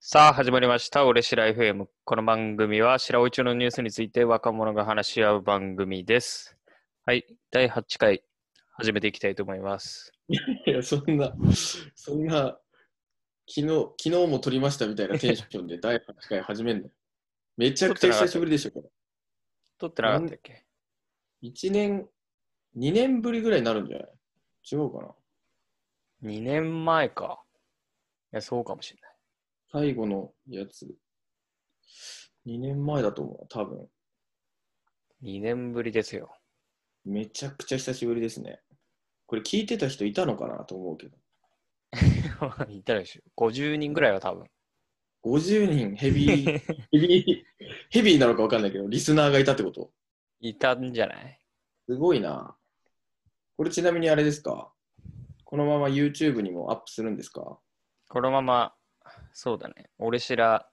さあ、始まりました。俺白 FM。この番組は白尾一のニュースについて若者が話し合う番組です。はい、第8回、始めていきたいと思います。いや、そんな、そんな、昨日、昨日も撮りましたみたいなテンションで第8回始めんの。めちゃくちゃ久しぶりでしょ、こ撮ってなかったっけれ。1年、2年ぶりぐらいになるんじゃない違うかな。 ?2 年前か。いや、そうかもしれない。最後のやつ。2年前だと思う、多分。 2年ぶりですよ。 めちゃくちゃ久しぶりですね。これ聞いてた人いたのかなと思うけど。いたでしょ。50人ぐらいは多分。 50人ヘビ ー、ヘビー、ヘビーなのかわかんないけど、リスナーがいたってこといたんじゃないすごいな。これちなみにあれですかこのまま YouTube にもアップするんですかこのまま、そうだね。俺白、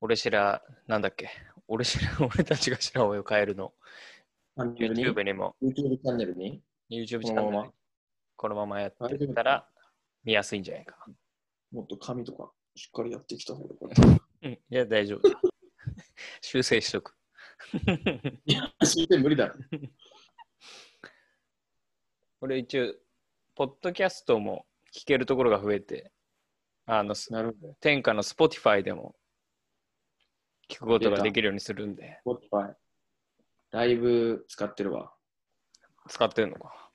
俺白、なんだっけ。俺白、俺たちが白尾を変えるの。YouTube にも YouTube チャンネルに YouTube チャンこネルのままこのままやってったら見やすいんじゃないかな。もっと紙とかしっかりやってきた方が うん、いや、大丈夫だ。 修正しとく。知って無理だろ。これ一応、ポッドキャストも聞けるところが増えて、あの、すなるほど。天下の Spotify でも聞くことができるようにするんで、 Spotify。ライブ使ってるわ。使ってるの か。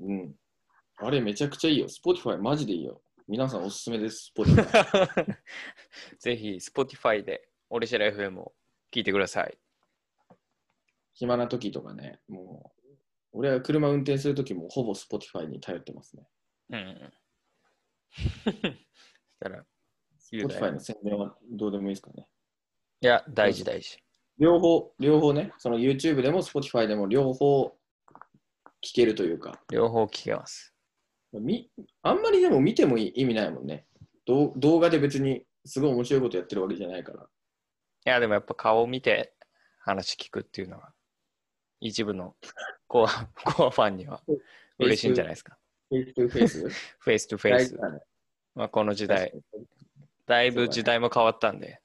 うん。あれめちゃくちゃいいよ。Spotify マジでいいよ。皆さんおすすめです。Spotify。 ぜひ、Spotify で、俺しら FM を聞いてください。暇な時とかね、もう、俺は車運転する時もほぼ Spotify に頼ってますね。 うん。したら、雄大 Spotify の宣伝はどうでもいいですかね。いや、大事大事。両方、両方ね、その YouTube でも Spotify でも両方聞けるというか、両方聞けます。みあんまりでも見てもいい意味ないもんね。どう動画で別にすごい面白いことやってるわけじゃないから。いや、でもやっぱ顔を見て話聞くっていうのは、一部のコア コアファンには嬉しいんじゃないいですか。フェイス トゥフェイス。フェイスとフェ大イ事ス。だねまあ、この時代、。だいぶ時代も変わったんで、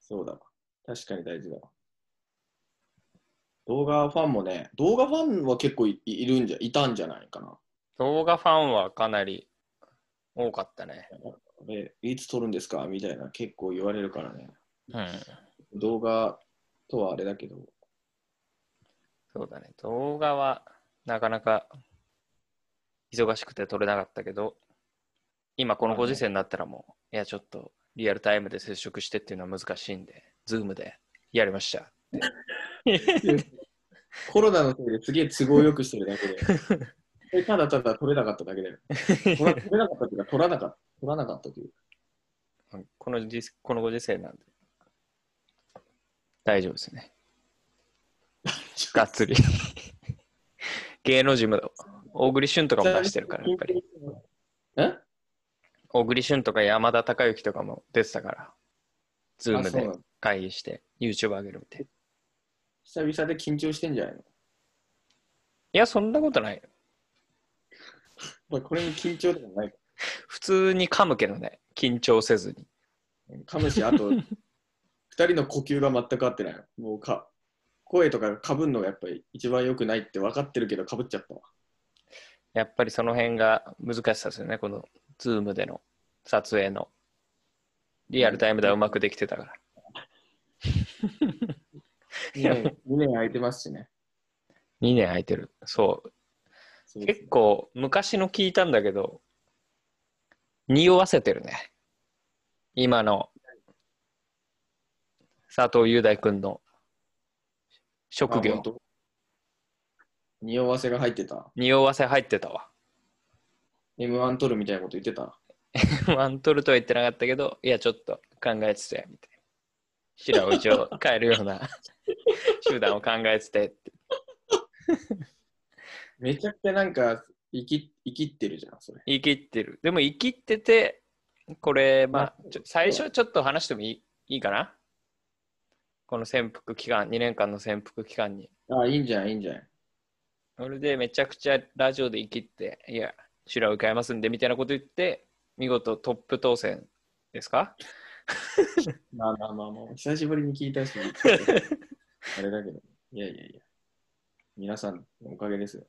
そうだわ。確かに大事だわ。動画ファンもね、動画ファンは結構いいるんじゃ、いたんじゃないかな。動画ファンはかなり多かったね。でいつ撮るんですかみたいな結構言われるからね。うん。動画とはあれだけど、そうだね。動画はなかなか忙しくて撮れなかったけど、今このご時世になったらもう、いや、ちょっとリアルタイムで接触してっていうのは難しいんで、ズームでやりました。 コロナのせいですげえ都合よくしてるだけで、それただただ取れなかっただけだよ。取ら取れなかったというか、取らなかった。取らなかったという。うんこのじこのご時世なんで。大丈夫ですね。がっつ り。芸能人も、小栗旬とかも出してるから、やっぱり。。え小栗旬とか山田孝之とかも出てたから、ズームそうでなの会議して、YouTube 上げるみたいな。久々で緊張してんじゃないのいや、そんなことないよ。お前これに緊張でもないか普通に噛むけどね、緊張せずに。ら。噛むし、あ と、二人の呼吸が全く合ってないの。もうか、声とかかぶんのがやっぱり一番良くないって分かってるけど、かぶっちゃったわ。やっぱりその辺が難しさですよね、このズームでの撮影の。リアルタイムではうまくできてたから。 2年、二年空いてますしね。 2年空いてる。そう、そうです結構昔の聞いたんだけど匂わせてるね今の佐藤雄大君の職あほ業んと匂わせが入ってた。匂わせ入ってたわ M1 取るみたいなこと言ってた。ワントルとは言ってなかったけどいやちょっと考えててみたいな白を一応変えるような 手段を考えててってめちゃくちゃなんか生き生きってるじゃん、それ。言い切ってるでも言い切っててこれまあちょ最初ちょっと話してもいいいいかなこの潜伏期間2年間の潜伏期間にあいいんじゃん、いいんじゃん。それでめちゃくちゃラジオで生きって、いや、修羅を変えますんでみたいなこと言って、見事トップ当選ですかまあまあまあまあ、久しぶりに聞いた し、あれだけど、いやいやいや、皆さんのおかげですよ。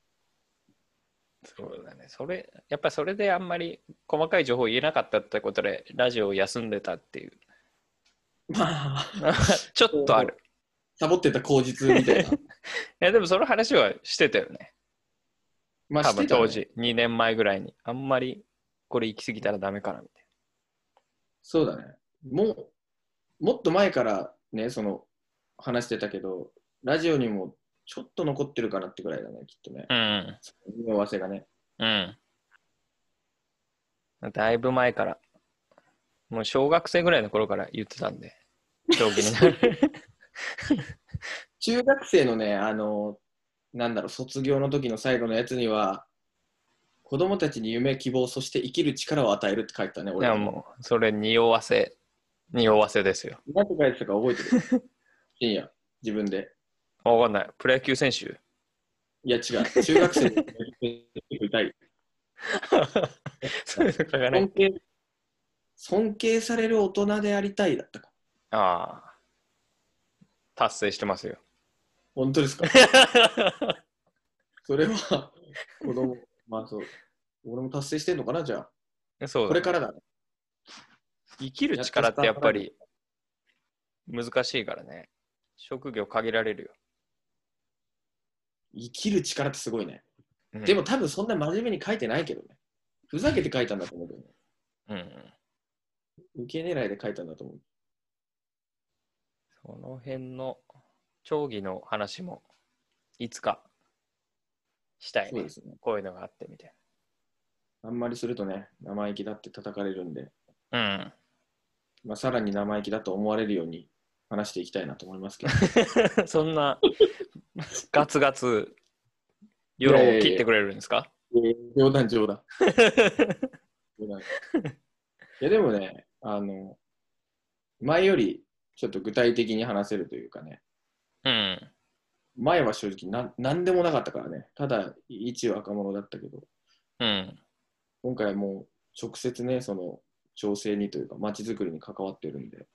そうだね。それ、やっぱりそれであんまり細かい情報を言えなかったってことで、ラジオを休んでたっていう。まあ、ちょっとある。サボってた口実みたい な。いや、でもその話はしてたよね。まあ、多分してたね当時、2年前ぐらいに。あんまりこれ行き過ぎたらダメかなみたいそうだね。もう、もっと前からね、その、話してたけど、ラジオにもちょっと残ってるかなってぐらいだね、きっとね。な。匂わせがね。うん。うん。だいぶ前から、もう小学生ぐらいの頃から言ってたんで、同期になる。中学生のね、あの、なんだろう、卒業の時の最後のやつには、子供たちに夢、希望、そして生きる力を与えるって書いてた ね、い俺や、もう、それ、匂わせ、匂わせですよ。何て書いてたか覚えてる 深夜、自分で。わかんない。プロ野球選 手いや、違う。中学生の夢痛い。そういうの書かない尊敬、尊敬される大人でありたいだったか。ああ。達成して ますよ。本当で すかそれは、子供、まあそう。俺も達成してんのかな、じゃあ。そうこだれねからだね。生きる力ってやっぱり難しいからね。職業限られるよ。生きる力ってすごいね。うんでも、多分そんな真面目に書いてないけどね。ふざけて書いたんだと思うけどね。うん、受け狙いで書いたんだと思う。その辺の競技の話もいつかしたいそうねで。すね。こういうのがあってみたいあんまりするとね、生意気だって叩かれるんで。な。うん。まあ、さらに生意気だと思われるように話していきたいなと思いますけ ど、そんなガツガツ世論を切ってくれるんですか冗談 冗談。冗談いやでもね、あの、前よりちょっと具体的に話せるというかね、うん。前は正直なん何でもなかったからね、ただ一若者だったけど、うん。今回はもう直接ね、その調整にというか、街づくりに関わってるんで、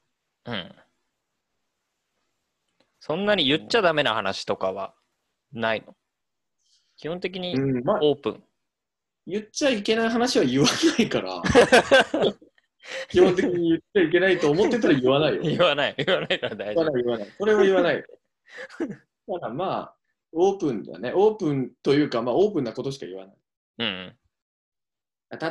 うん。そんなに言っちゃダメな話とかはないの基本的にうん、まあ、オープン。言っちゃいけない話は言わない から、基本的に言っちゃいけないと思ってたら言わない よ。言わない、言わないから大丈言わない言わない。これは言わない。ただまあ、オープンだね。オープンというか、まあ、オープンなことしか言わない。夫。うん。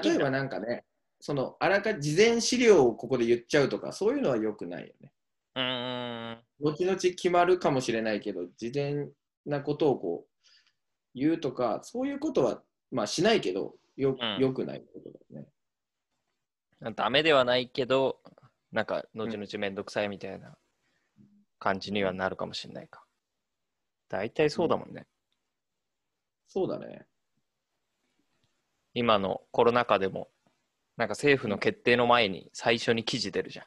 例えばなんかね、そのあらか事前資料をここで言っちゃうとか、そういうのは良くないよね。うーん。後々決まるかもしれないけど、事前なことをこう言うとか、そういうことは、まあ、しないけど、ようん良くないことだよね。ダメではないけど、なんか、後々めんどくさいみたいな感じにはなるかもしれないか。大体そうだもんね。そうだね。今のコロナ禍でも、なんか政府の決定の前に最初に記事出るじゃん。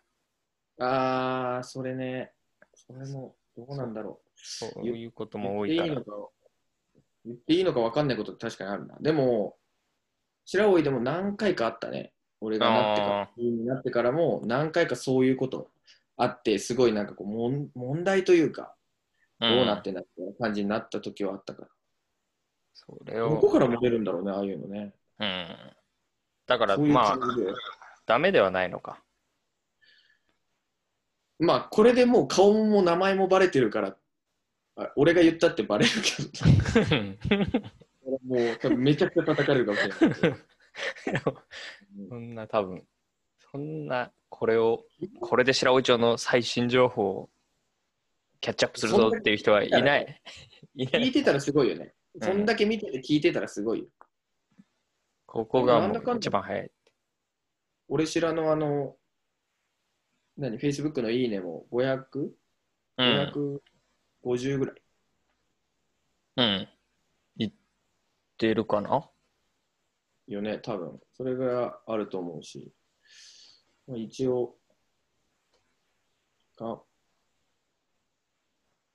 あー、それね。それも、どうなんだろう。そういうことも多いか言らっ。ていいのか言っていいのか分かんないことって確かにあるな。でも、白老でも何回かあったね。俺がなってかあら、議員になってからも何回かそういうことあって、すごいなんかこうもん問題というか、どうなってんだっていう感じになった時はあったから。それどをこ、から漏れるんだろうね、ああいうのね。うん。だから、そういうまあ感、じで。ダメではないの か。まあ、これでもう顔も名前もバレてるから、あ俺が言ったってバレるけど、 もう多分めちゃくちゃ叩かれるかもしれない。 そんな多分、そんなこれを、これで白老町の最新情報をキャッチアップするぞっていう人はいない。いな聞い。いてたらすごいよね。んそんだけ見てて聞いてたらすごいよ。ここがなんもだかうんだ一番早い。俺知らのあの、何、Facebook のいいねも500?550、うん。 550ぐらい。うん。言ってるかなよね、多分。それぐらいあると思うし。まあ、一応、が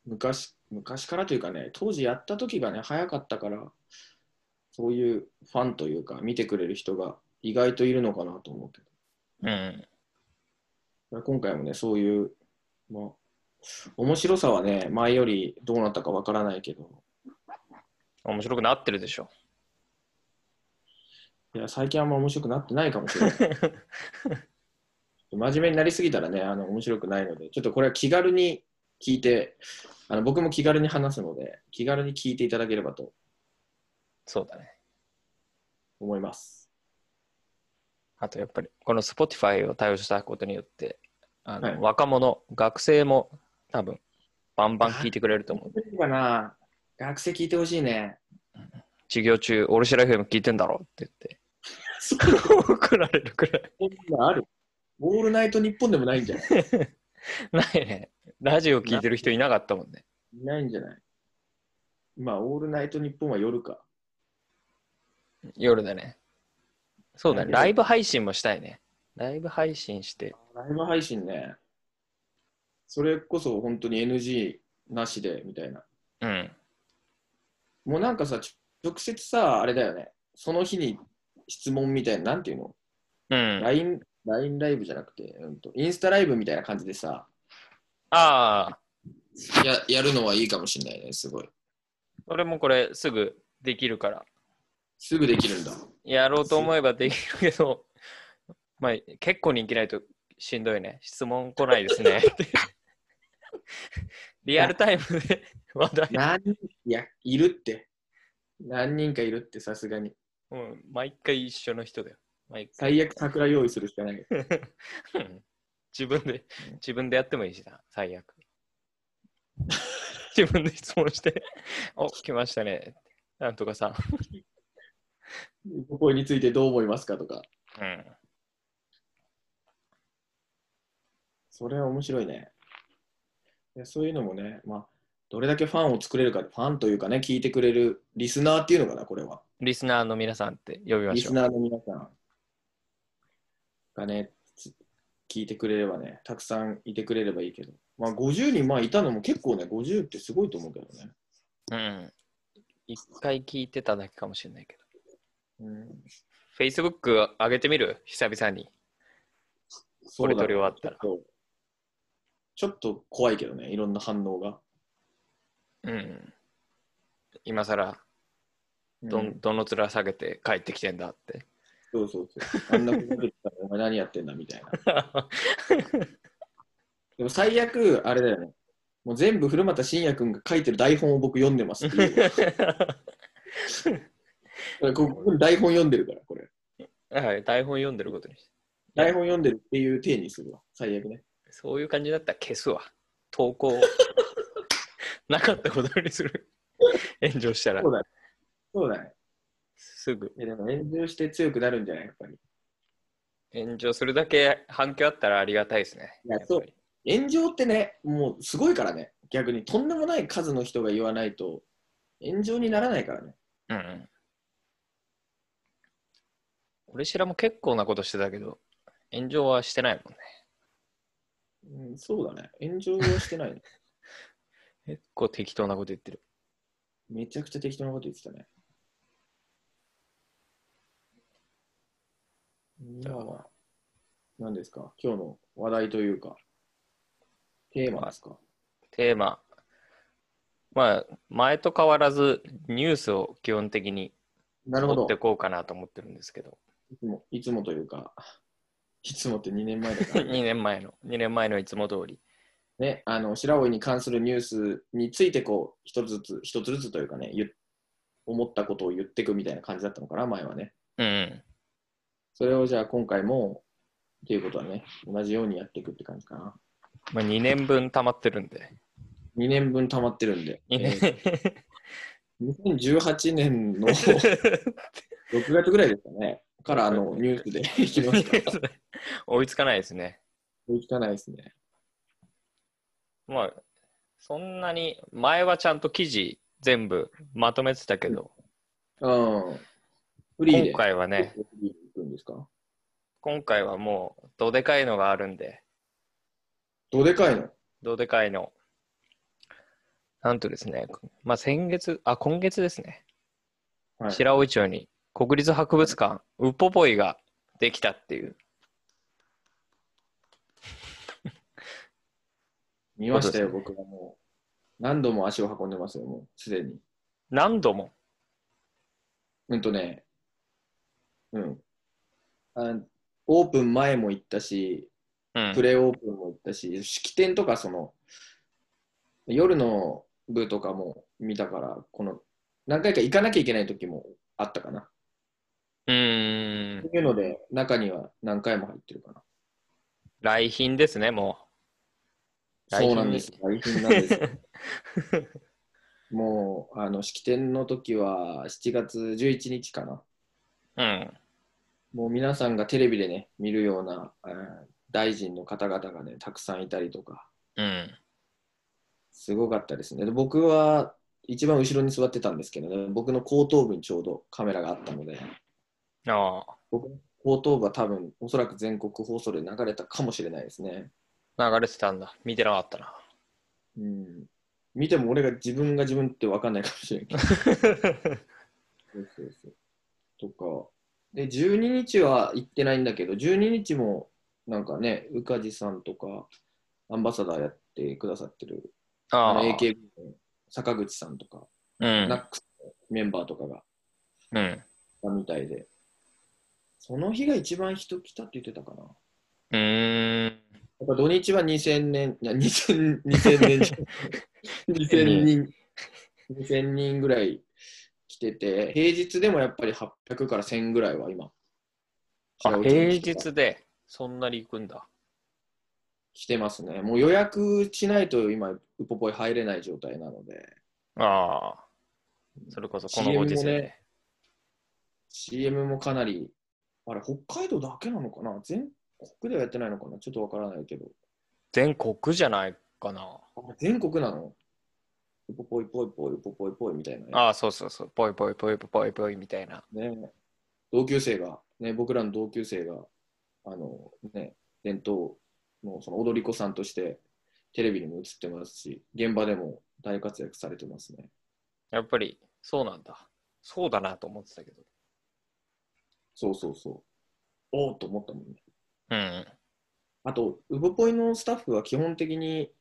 昔、昔からというかね、当時やった時がね、早かったから、そういうファンというか、見てくれる人が意外といるのかなと思うけどうん。だから今回もね、そういう、まあ、面白さはね、前よりどうなったかわからないけど、面白くなってるでしょ。いや、最近あんま面白くなってないかもしれない。 真面目になりすぎたらね、あの面白くないので、ちょっとこれは気軽に聞いて、あの僕も気軽に話すので、気軽に聞いていただければとそうだね。思います。あとやっぱりこの Spotify を対応したことによってあの、はい若者、学生も多分バンバン聞いてくれると思う。どうかな学生聞いてほしいね。授業中、俺白 FM 聞いてんだろってそ言 って、怒られるくらい。んなある。オールナイト日本でもないんじゃないないね。ラジオ聞いてる人いなかったもんね。いないんじゃないまあ、オールナイト日本は夜か。夜だね。そうだね。ラジオライブ配信もしたいね。ライブ配信して。ライブ配信ね。それこそ本当に NG なしでみたいな。うん。もうなんかさ、ちょ直接さ、あれだよね。その日に質問みたいな、なんていうの、うん。 ?LINE、LINE ライブじゃなくて、うんと、インスタライブみたいな感じでさ、ああ、ややるのはいいかもしれないね、すごい。それもこれすぐできるから。すぐできるんだ。やろうと思えばできるけど、 まあ、結構人気ないとしんどいね。質問来ないです ね。リアルタイムで話題、何人いや、いるって。何人かいるって、さすがに。うん、毎回一緒の人だよ。毎回最悪桜用意するしかない。うん自分で、自分でやってもいいしな、最悪。自分で質問して、 お、来ましたね。なんとかさん。ここについてどう思いますかとか。うん。それは面白いね。いやそういうのもね、まあ、どれだけファンを作れるか、ファンというかね、聞いてくれるリスナーっていうのかな、これは。リスナーの皆さんって呼びまリしょスう。ナーの皆さんがね、つ聞いてくれればね、たくさんいてくれればいいけど、まあ、50人まあいたのも結構ね、50ってすごいと思うけどね。うん。一回聞いてただけかもしれないけど。うん、 Facebook 上げてみる久々に。そこれうだね撮り終わったら。そうちょっと怖いけどね、いろんな反応が。うん。今更ど、、うんどの面下げて帰ってきてんだ って。そうそうそう。あんなこと言ったら、お前何やってんだみたいな。でも最悪、あれだよね。もう全部古俣信也君が書いてる台本を僕読んでますって いう。これここ台本読んでるから、これ。はい、台本読んでることにして。台本読んでるっていう体にするわ。最悪ね。そういう感じだったら消すわ。投稿を なかったことにする。 炎上したらそうだね。そうだね。すぐ。いやでも炎上して強くなるんじゃないやっぱり。炎上するだけ反響あったらありがたいですね。いやっぱり炎上ってね、もうすごいからね。逆にとんでもない数の人が言わないと炎上にならないからね。うんうん。俺しらも結構なことしてたけど、炎上はしてないもんね。うん、そうだね。炎上はしてないね。 結構適当なこと言ってる。めちゃくちゃ適当なこと言ってたね。今は、何ですか今日の話題というか、テーマですかテーマ。まあ、前と変わらずニュースを基本的になるほ持どって。こうかなと思ってるんですけど、 いつもいつもというか、いつもって2年前だか2ら。年前の、2年前のいつも通り。ね、あの、白老に関するニュースについて、こう、一つずつ、一つずつというかね、言っ思ったことを言っていくみたいな感じだったのかな、前はね。うんうん。それをじゃあ今回も、っていうことはね、同じようにやっていくって感じかな。まあ、2年分溜まってるんで。 2年分溜まってるんで。 2えー年、 2018年 の6月ぐらいですかね、からあのニュースでいきますから、 追いつかないですね。追いつかないですね。まあ、そんなに、前はちゃんと記事全部まとめてたけど、うん。フリーで。今回はね、フリーで行くんですか今回はもう、どでかいのがあるんで、どでかいのどでかいの。なんとですね、まあ先月、あ、今月ですね。はい白老町に国立博物館ウポポイができたっていう見ましたよ、そうで僕はもう。何度も足を運んでますよ、もうすでに。何度もうんとね、うん。あオープン前も行ったし、うんプレオープンも行ったし、式典とかその、夜の部とかも見たから、この、何回か行かなきゃいけない時もあったかな。うーんというので、中には何回も入ってるかな。来賓ですねも来賓にそうなんです。来賓なん です。もう、あの、式典の時は7月11日かな。ううんもう皆さんがテレビでね、見るような、えー大臣の方々がね、たくさんいたりとか、うんすごかったですね。で僕は一番後ろに座ってたんですけどね、僕の後頭部にちょうどカメラがあったので、あ僕の後頭部は多分、おそらく全国放送で流れたかもしれないですね。あ流れてたんだ見てなかった なうん。見ても俺が自分が自分って分かんないかもしれない。そうそうそう。とか。で、12日は行ってないんだけど、12日もなんかね、宇梶さんとか、アンバサダーやってくださってる、あああの AKB の坂口さんとか、うナッんクスのメンバーとかが、うんみたいで、その日が一番人来たって言ってたかな。うーんやっぱ土日は2000年、いや2000、2000年 じゃん、2000人、2000人ぐらい来てて、平日でもやっぱり800から1000ぐらいは今。あ白内平に来てた日でそんなに行くんだ来てますね。もう予約しないと今、ウポポイ入れない状態なので、ああそれこそこのご時世 CM もでね CM もかなり、あれ、北海道だけなのかな全国ではやってないのかなちょっとわからないけど。全国じゃないかなあ全国なのウポポイポイポイ、ウポポイポイみたいなね、ああそうそうそうぽいぽいぽいぽいぽいみたいなね、同級生が、ね、僕らの同級生が、あのね、伝統のその踊り子さんとしてテレビにも映ってますし、現場でも大活躍されてますね。やっぱりそうなんだそうだなと思ってたけどそうそうそう。おおと思ったもんね。うんあと、ウボポイのスタッフは基本的に、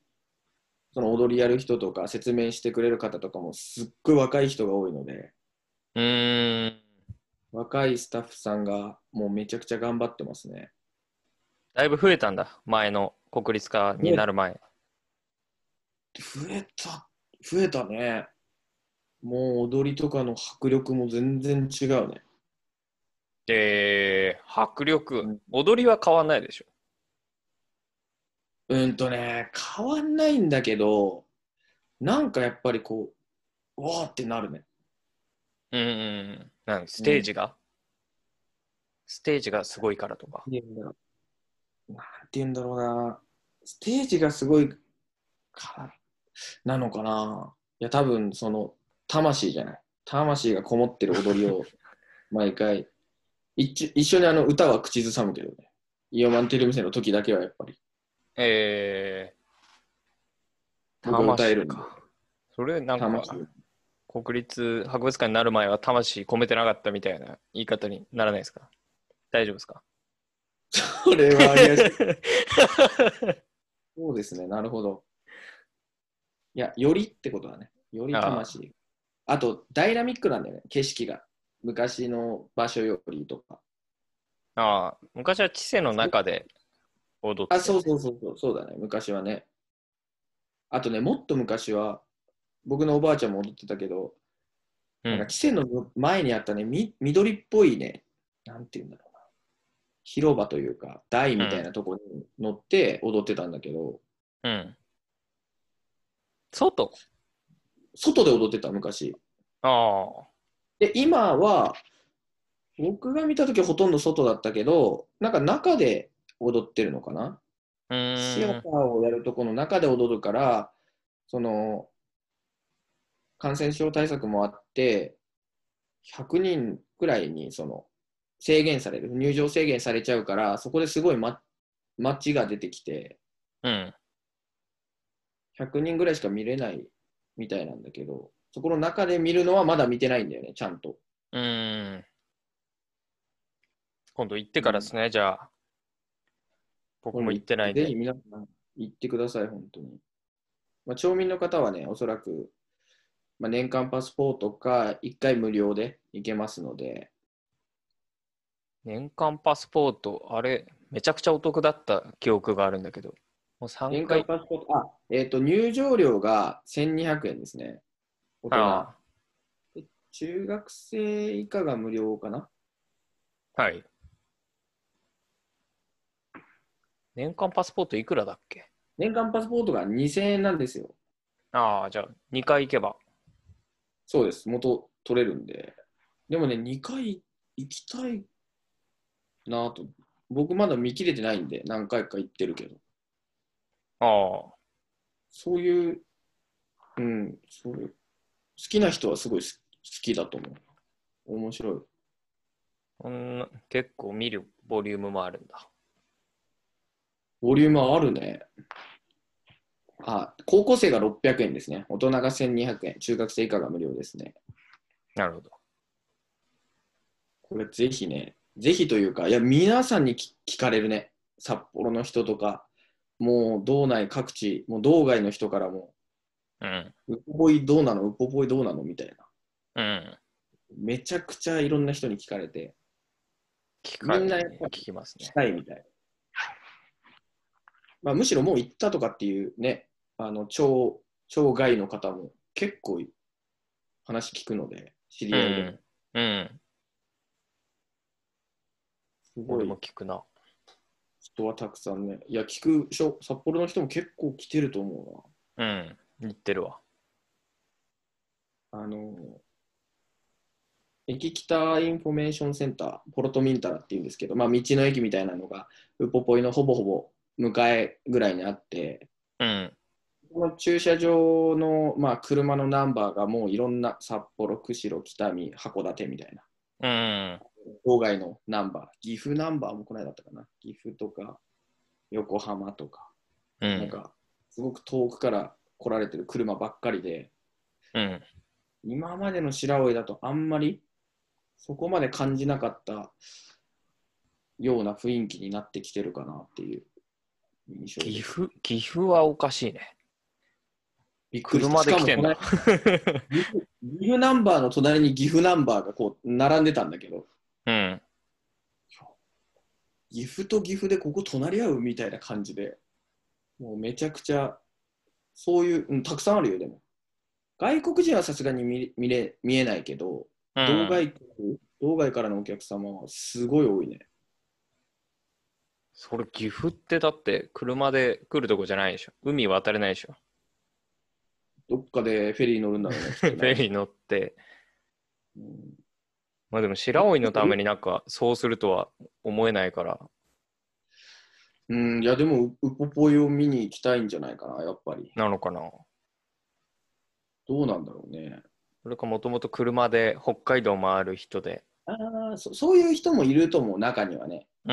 その踊りやる人とか説明してくれる方とかもすっごい若い人が多いので、うーん若いスタッフさんがもうめちゃくちゃ頑張ってますね。だいぶ増えたんだ前の国立化になる前増えた、増えたね。もう踊りとかの迫力も全然違うね。えー、迫う力ん踊りは変わんないでしょうんとね、変わんないんだけど、なんかやっぱりこう、わーってなるね。うんうんうんなんステージが、ステージがすごいからとかなんて言うんだろうな。ステージがすごいからなのかな。いや、多分その、魂じゃない。魂がこもってる踊りを毎回、一一緒にあの歌は口ずさむけどね。イオマンテレビセの時だけはやっぱり。えー、僕は歌えるんで魂かそれなんか魂。国立博物館になる前は魂込めてなかったみたいな言い方にならないですか大丈夫です かこれは怪しい。そうです ね、なるほど。いや、よりってことだね。より魂。あと、ダイナミックなんだよね、景色が。昔の場所よりとか。ああ、昔は知性の中で踊って。あ、そうそうそうそう、そうだね、昔はね。あとね、もっと昔は、僕のおばあちゃんも踊ってたけど、うなんかん。汽船の前にあったね、み緑っぽいね、なんていうんだろうな、広場というか、台みたいなとこに乗って踊ってたんだけど、うん。外外で踊ってた、昔。あで、今は、僕が見たときほとんど外だったけど、なんか中で踊ってるのかなあ。うシーアんタ。ーをやるとこの中で踊るから、その、感染症対策もあって、100人くらいにその制限される、入場制限されちゃうから、そこですごい、ま、待ちが出てきて、うん。 100人ぐらいしか見れないみたいなんだけど、そこの中で見るのはまだ見てないんだよね、ちゃんと。うーん。今度行ってからですね、じゃあ。僕も行ってないんぜひで。皆さん行ってください、本当に。まあ、町民の方はね、おそらく、まあ、年間パスポートか1回無料で行けますので、年間パスポート、あれ、めちゃくちゃお得だった記憶があるんだけど。もう3年回間。パスポート、あ、えっ、と、入場料が1200円ですね。大人あ中学生以下が無料かなあはい。年間パスポートいくらだっけ年間パスポートが2000円なんですよ。ああ、じゃあ2回行けば。そうです。元取れるんで。でもね、2回行きたいなと。僕まだ見切れてないんで、何回か行ってるけど。ああ。そういう、うん、そういう。好きな人はすごい好きだと思う。面白い。こんな結構見るボリュームもあるんだ。ボリュームあるね。あ、高校生が600円ですね。大人が1200円。中学生以下が無料ですね。なるほど。これぜひね、ぜひというか、いや、皆さんにき聞かれるね。札幌の人とか、もう道内各地、もう道外の人からも、うん。うっぽいどうなの、うっぽいどうなのみたいうな。ん。めちゃくちゃいろんな人に聞かれて、聞かみんなやっぱ聞きますねし。たいみたいな。まあ、むしろもう行ったとかっていうね、あの町町外の方も結構話聞くので、知りう合いでも。ん。うん。すご俺いも聞くな。人はたくさんね。いや、聞くしょ、札幌の人も結構来てると思うん。言ってるわ。うな。あの、駅北インフォメーションセンター、ポロトミンタラっていうんですけど、まあ、道の駅みたいなのが、ウポポイのほぼほぼ向かいぐらいにあって、うん。この駐車場の、まあ、車のナンバーがもういろんな札幌、釧路、北見、函館みたいうな、ん。郊外のナンバー、岐阜ナンバーもこの間だったかな、岐阜とか横浜とか、うなんん。かすごく遠くから来られてる車ばっかりで、うん。今までの白老だとあんまりそこまで感じなかったような雰囲気になってきてるかなっていう印象で岐す阜、岐阜はおかしいね。びっくりした車で来てんだし。かもこの 間岐阜岐阜ナンバーの隣に岐阜ナンバーがこう並んでたんだけど、うん。岐阜と岐阜でここ隣り合うみたいな感じで、もうめちゃくちゃ、そういう、うん、たくさんあるよ、でも。外国人はさすがに見見れ見えないけど、う道ん。外客道外からのお客様はすごい多いね。それ岐阜ってだって車で来るとこじゃないでしょ。海渡れないでしょ。どっかでフェリー乗るんだろう ねフェー、リー乗って。うんまあでも白老のためになんかそうするとは思えないから。うん、いや、でも、ウウポポイを見に行きたいんじゃないかな、やっぱり。なのかな。どうなんだろうね。それかもともと車で北海道回る人で。ああ、そそういう人もいると思う、中にはね。う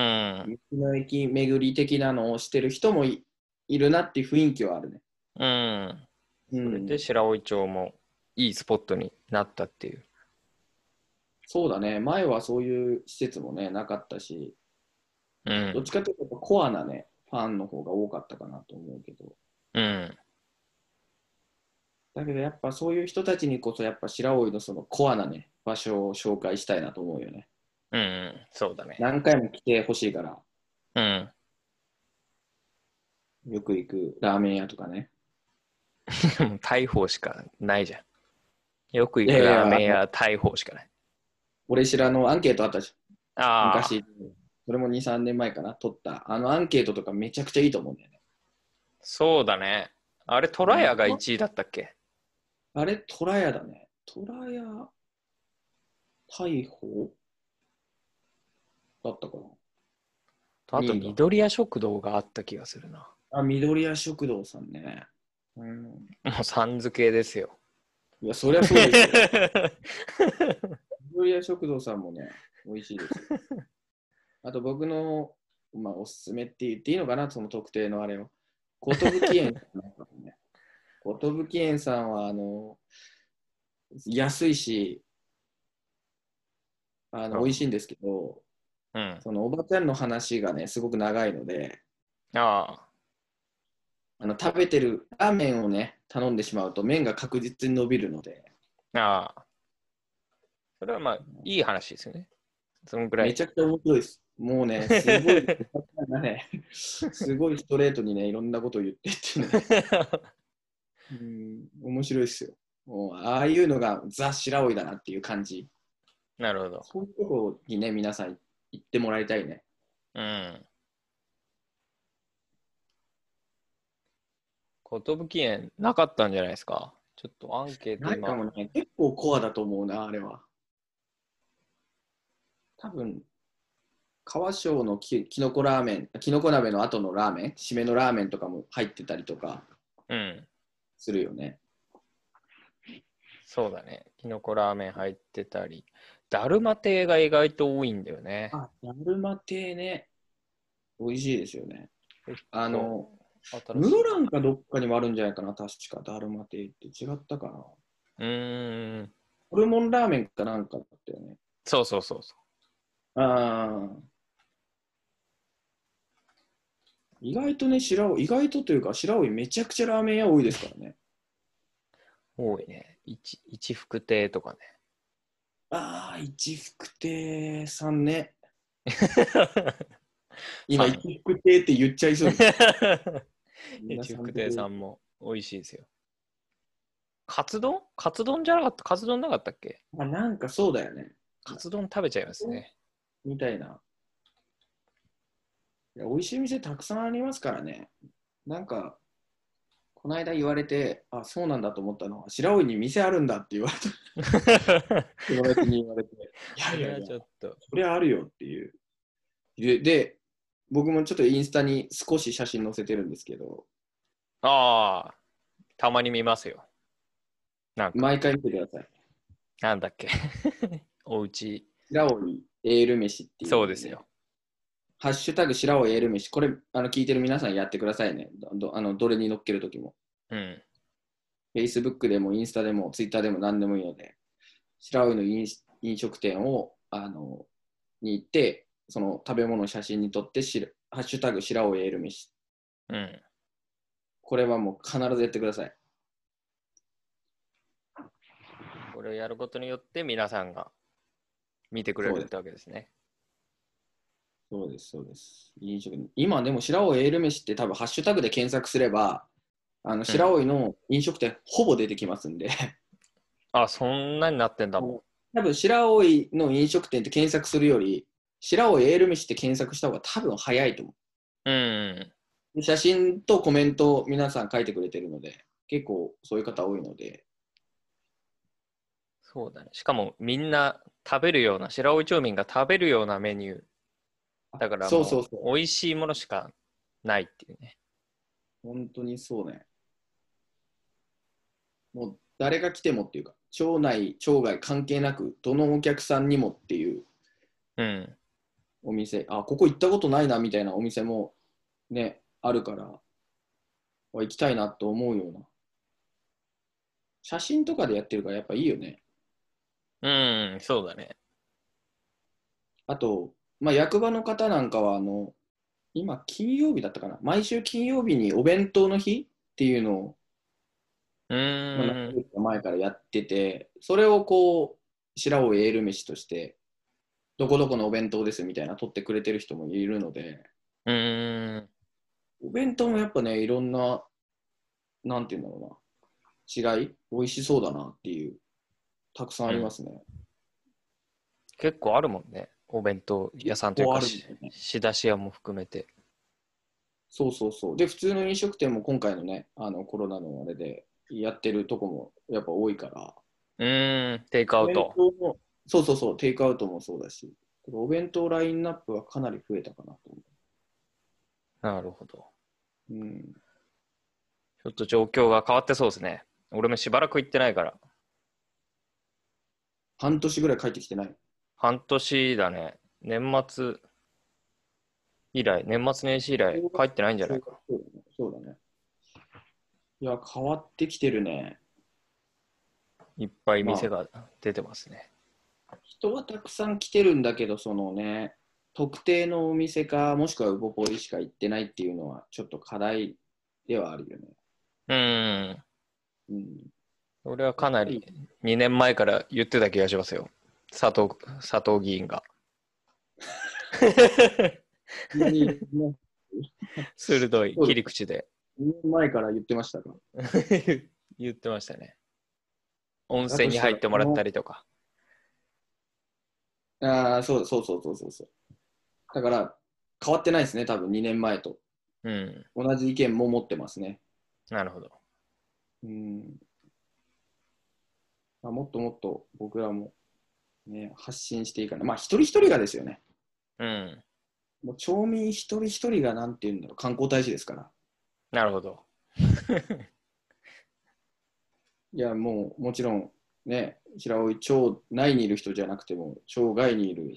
ん。道の駅巡り的なのをしてる人もいいるなっていう雰囲気はあるね。うん。うそれん、で白老町もいいスポットになったっていう。そうだね、前はそういう施設もね、なかったし、うどっん。ちかというとやっぱコアなね、ファンの方が多かったかなと思うけど、うん。だけどやっぱそういう人たちにこそ、やっぱ白老のそのコアなね、場所を紹介したいなと思うよね。うん。そうだね。何回も来てほしいから、うん。よく行くラーメン屋とかね。もう大砲しかないじゃん。よくい行やくいやラーメン屋、大砲しかない。俺白のアンケートあったじゃん、ああ、昔。それも2、3年前かな、取った。あのアンケートとかめちゃくちゃいいと思うんだよね。そうだね。あれ、トラヤが1位だったっけあれ、トラヤだね。トラヤ、逮捕だったかあと、いいの緑屋食堂があった気がするな。な。あ、緑屋食堂さんね。うん。もう、さん付けです よ。いや、そりゃそうですよ。緑屋食堂さんもね、美味しいですよ。あと、僕の、まあ、おすすめって言っていいのかな、その特定のあれを。寿園さんなんかもね。寿園さんは、あの、安いし、あうのん美味しいんですけど、うん。そのおばちゃんの話がね、すごく長いので、ああの食べてるラーメンをね、頼んでしまうと麺が確実に伸びるので、あ、ああ。それはまあ、いい話ですよね。そのぐらめい。ちゃくちゃ面白いです。もうね、すごい、おばちゃんがね、すごいストレートにね、いろんなことを言ってっていうね、 うん、面白いですよ。もうああいうのがザ・白老だなっていう感じ。なるほど。そういうとこにね、皆さん行ってもらいたいね。うん。寿園なかったんじゃないですか。ちょっとアンケートなんか今。もね、結構コアだと思うな、あれは。多分、川椒のききのこラーメン、きのこ鍋の後のラーメン、締めのラーメンとかも入ってたりとかうん。するよね。そうだね。きのこラーメン入ってたり。だるま亭が意外と多いんだよね。あ、だるま亭ね。美味しいですよね。あの、新しい室蘭かどっかにもあるんじゃないかな、確か。だるま亭って違ったかな。うーん。ホルモンラーメンかなんかだったよね。そうそうそうそああ。意外とね、白尾、意外とというか、白尾めちゃくちゃラーメン屋多いですからね。う。多いね。一一福亭と かね。ああ、一福亭さんね。今今、一福亭って言っちゃ いそうです。一福亭さんも美味しいですよ。カツ丼カツ丼じゃなかったカツ丼なかったっけあなんかそうだよね。カツ丼食べちゃいますね。みたいな。いや美味しい店たくさんありますからね。なんか、この間言われて、あ、そうなんだと思ったのは、白尾に店あるんだって言われ た。友達に言われて。いやいいややいやち。ょっと。それあるよっていう。で、で僕もちょっとインスタに少し写真載せてるんですけど、ああ、たまに見ますよ。なんか、毎回見てください。なんだっけ。 おうち。白老エール飯っていう、そうですよ。。ハッシュタグ白老エール飯。これ、あの聞いてる皆さんやってくださいね。どどあのどれに載っけるときも。うん。 Facebook でもインスタでも Twitter でも何でもいいので、白老の飲飲食店をあのに行って、その食べ物を写真に撮って、しらハッシュタグ白老エール飯。うん。これはもう必ずやってください。これをやることによって皆さんが見てくれるってわけですね。そうです、そうです。飲食今、でも白老エール飯って多分ハッシュタグで検索すれば、あの白老の飲食店、ほぼ出てきますんで、 あ、そんなになってんだもん。多分白老の飲食店って検索するより、白老エール飯って検索した方が多分早いと思うん。う。写真とコメントを皆さん書いてくれてるので、結構そういう方多いので、そうだね。しかもみんな食べるような、白老町民が食べるようなメニュー。だからそもうそうそう、う、美味しいものしかないっていうね。本当にそうね。もう誰が来てもっていうか、町内、町外関係なく、どのお客さんにもっていううん。お店あここ行ったことないなみたいなお店もねあるからあ行きたいなと思うような写真とかでやってるからやっぱいいよねうん、そうだね。あと、まあ、役場の方なんかはあの今金曜日だったかな毎週金曜日にお弁当の日っていうのを、うまーあん何。年か前からやっててそれをこう白尾エール飯としてどこどこのお弁当ですみたいな取ってくれてる人もいるのでうーん。お弁当もやっぱね、いろんな、なんていうんだろうな、違い、美味しそうだなっていう、たくさんありますね。結構あるもんね。お弁当屋さんというか、結構あるんだよねし仕出し屋も含めて。そうそうそう。で、普通の飲食店も今回のね、あのコロナのあれでやってるとこもやっぱ多いから、うーん、テイクアおウ弁ト。当も、そうそうそう、テイクアウトもそうだし、お弁当ラインナップはかなり増えたかなと思なるほど。う。うん、ちょっと状況が変わってそうですね。俺もしばらく行ってないから。半年ぐらい帰ってきてない。半年だね。年末以来、年末年始以来、帰ってないんじゃないか。そうだね。そうだねいや、変わってきてるね。いっぱい店が出てますね。人はたくさん来てるんだけど、そのね、特定のお店か、もしくはウポポイしか行ってないっていうのは、ちょっと課題ではあるよね。うん。 うん。俺はかなり2年前から言ってた気がしますよ。佐藤、佐藤議員が。 2鋭い切り口 で年前から言ってましたか言ってましたね。温泉に入ってもらったりとか。ああ、そうそうそうそうそうそう。だから、変わってないですね、多分2年前と。うん。同じ意見も持ってますね。なるほど。うん。まあ、もっともっと僕らも、ね、発信していかない。まあ、一人一人がですよね。うん。もう町民一人一人がなんて言うんだろう、観光大使ですから。なるほど。いや、もう、もちろん、ね、白老町内にいる人じゃなくても、町外にいる、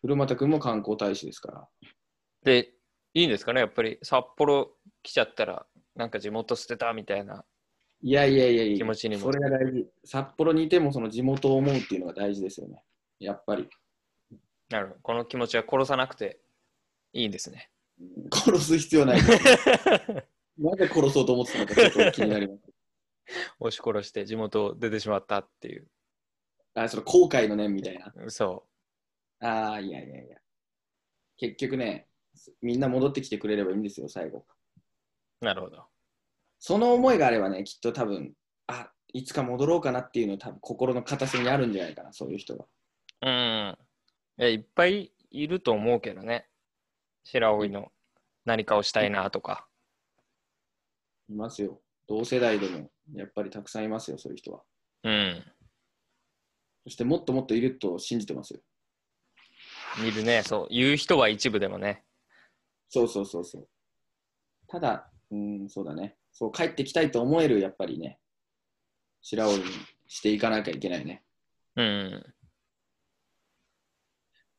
古俣君も観光大使ですから。で、いいんですかねやっぱり札幌来ちゃったら、なんか地元捨てたみたいな。いやいやいやいや、気持ちにもそれが大事。札幌にいてもその地元を思うっていうのが大事ですよね。やっぱり。なるほど。この気持ちは殺さなくていいんです ね。殺す必要 ない。なぜ殺そうと思ってたのかちょっと気になります。押し殺して地元を出てしまったっていう。あ、その後悔の念みたいな。そああ、いやいやいや。結局ね、みんな戻ってきてくれればいいんですよ、最後。う。なるほど。その思いがあればね、きっと多分、あ、いつか戻ろうかなっていうの多分心の片隅にあるんじゃないかな、そういう人は。うん。いや、いっぱいいると思うけどね。白老の何かをしたいなとか。いますよ。同世代でも、やっぱりたくさんいますよ、そういう人は。うん。そしてもっともっといると信じてますよ。いるね。そう。言う人は一部でもね。そうそうそうそう。ただ、うん、そうだね。そう、帰ってきたいと思える、やっぱりね、白老にしていかなきゃいけないね。うん。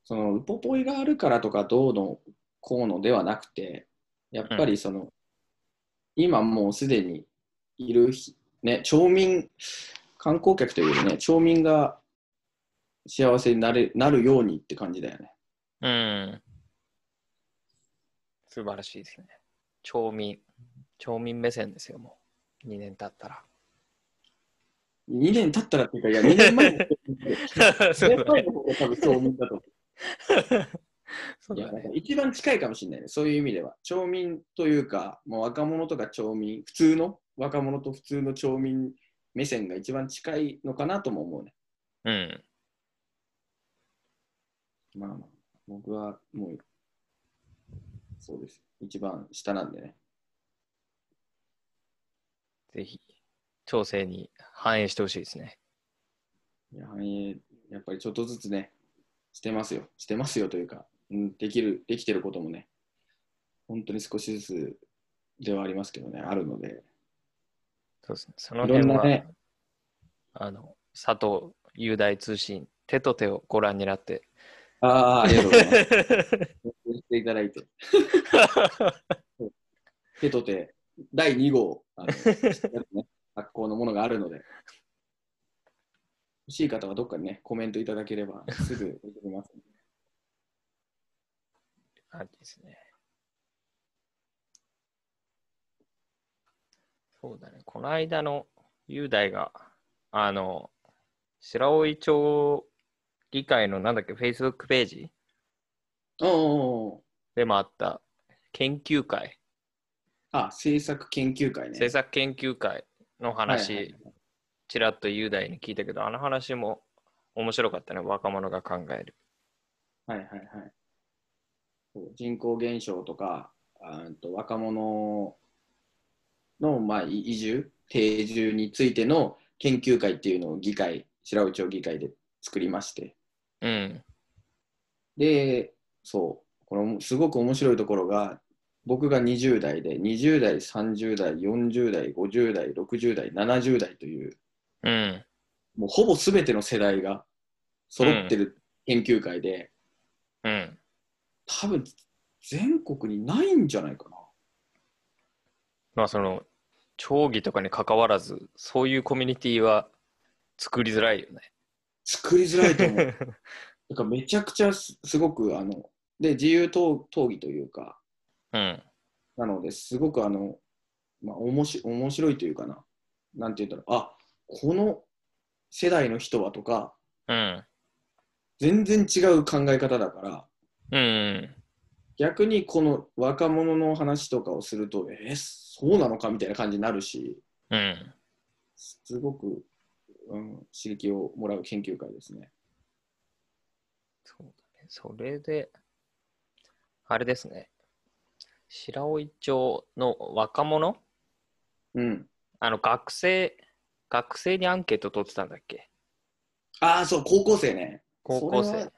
その、ウポポイがあるからとか、どうのこうのではなくて、やっぱりその、今もうすでにいるひ、ね、町民、観光客というよりね、町民が幸せになれなるようにって感じだよね。うん。素晴らしいですね。町民。町民目線ですよ、もう。2年経ったら。 2年経ったらっていうか、いや、2年前の 方そう2年だ前ね。の方が多分町民だと思う。そういやだだかね。ら一番近いかもしれないね、そういう意味では。町民というか、もう若者とか町民、普通の若者と普通の町民目線が一番近いのかなとも思うね。うん。まあまあ、僕はもう、そうです。一番下なんでね。ぜひ、調整に反映してほしいですね。いや反映、やっぱりちょっとずつね、してますよ。してますよというか、うん、できる、できてることもね、本当に少しずつではありますけどね、あるので。そうですね。その辺いろんは、なねあの、佐藤雄大通信、手と手をご覧にな って。ああ、ありがとうございます。応援 していただいて。手と手、第2号、あの ね発行のものがあるので、欲しい方はどっかにね、コメントいただければ、すぐ送ります。感じですね。そうだね。この間の雄大が、あの、白老町議会のなんだっけ、Facebook ページおうおうおうでもあった研究会、あ、制作研究会ね。政策研究会の話、はいはいはいちらっと雄大に聞いたけど、あの話も面白かったね。若者が考える。はいはいはいそう人口減少とか、あーと若者の、まあ、い移住、定住についての研究会っていうのを議会、白内町議会で作りまして、うん。で、そう、これもすごく面白いところが、僕が20代で、20代、30代、40代、50代、60代、70代という、うん。もうほぼ全ての世代が揃ってる研究会で、うん。多分全国にないんじゃないかな。まあその、町議とかに関わらず、そういうコミュニティは作りづらいよね。作りづらいと思 う。なんかめちゃくちゃすすごくあので自由討討議というかうん。なのですごくあの、まあ、おもし面白いというかななんて言うんだろうあこの世代の人はとかうん。全然違う考え方だからうん。逆にこの若者の話とかをするとえーそうなのかみたいな感じになるしうん。すごく、うん、刺激をもらう研究会ですね。そうだね。それで、あれですね。白老町の若者うん、あの、学生、学生にアンケート取ってたんだっけああそう高校生ね。高校それ生は。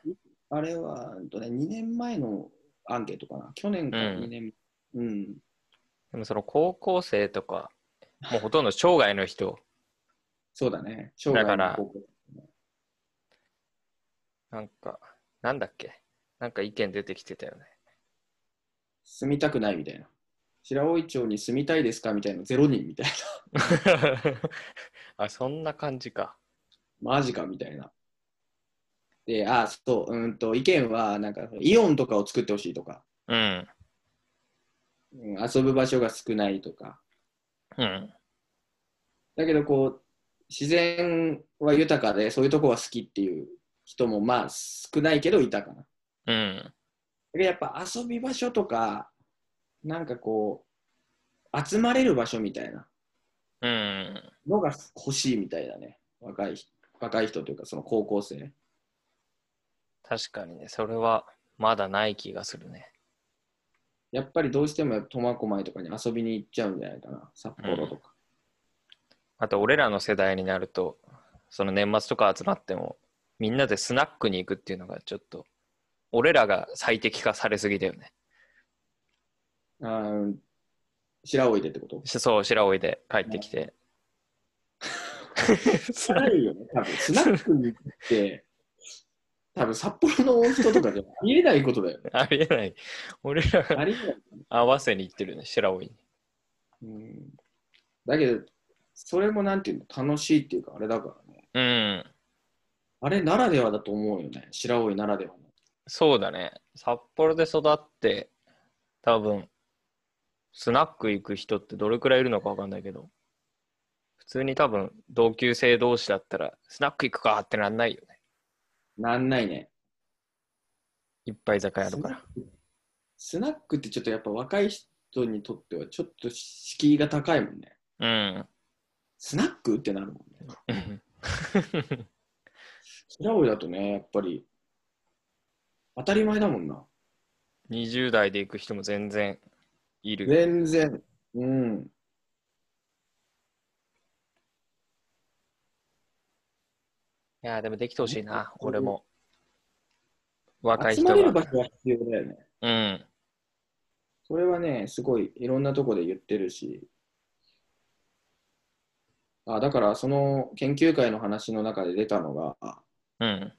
あれは、えっとね、2年前のアンケートかな。去年からうん2年。うん。でもその高校生とか、もうほとんど生涯の人、そうだね。生涯のだから高校なんか、なんだっけなんか意見出てきてたよね。住みたくないみたいな。白老町に住みたいですかみたいな。ゼロ人みたいな。 あ、そんな感じか。マジかみたいな。で、あ、そう、うんと、意見は、なんか、イオンとかを作ってほしいとか、うん。うん、遊ぶ場所が少ないとか。うん。だけど、こう、自然は豊かで、そういうとこは好きっていう人も、まあ、少ないけどいたかな。うん。でやっぱ遊び場所とか、なんかこう、集まれる場所みたいなうん。のが欲しいみたいだね。若い人若い人というか、その高校生。確かにね、それはまだない気がするね。やっぱりどうしても苫小牧とかに遊びに行っちゃうんじゃないかな。札幌とか。あと、俺らの世代になると、その年末とか集まっても、みんなでスナックに行くっていうのがちょっと、俺らが最適化されすぎだよね。あー白老でってことしそう、白老で帰ってき て。スナッあるよね、多分。スナックに行って、 多分札幌の人とかじゃありえないことだよね。クありえない。俺らがありえない。合わせに行ってるね、白老に。うん、だけど、それもなんていうの、楽しいっていうか、あれだからね。うん。あれならではだと思うよね。白老ならではの。そうだね。札幌で育って、多分、スナック行く人ってどれくらいいるのかわかんないけど、普通に多分、同級生同士だったら、スナック行くかってなんないよね。なんないね。いっぱい居酒屋とから。スナックってちょっとやっぱ若い人にとってはちょっと敷居が高いもんね。うん。スナックってなるもんね。 白老だとね、やっぱり当たり前だもんな。 20代で行く人も全然いる。全然。うん。いやー、でもできてほしいな、俺も。若い集人まれるが場。所は必要だよね。うん。それはね、すごいいろんなとこで言ってるし。あだからその研究会の話の中で出たのが、うん。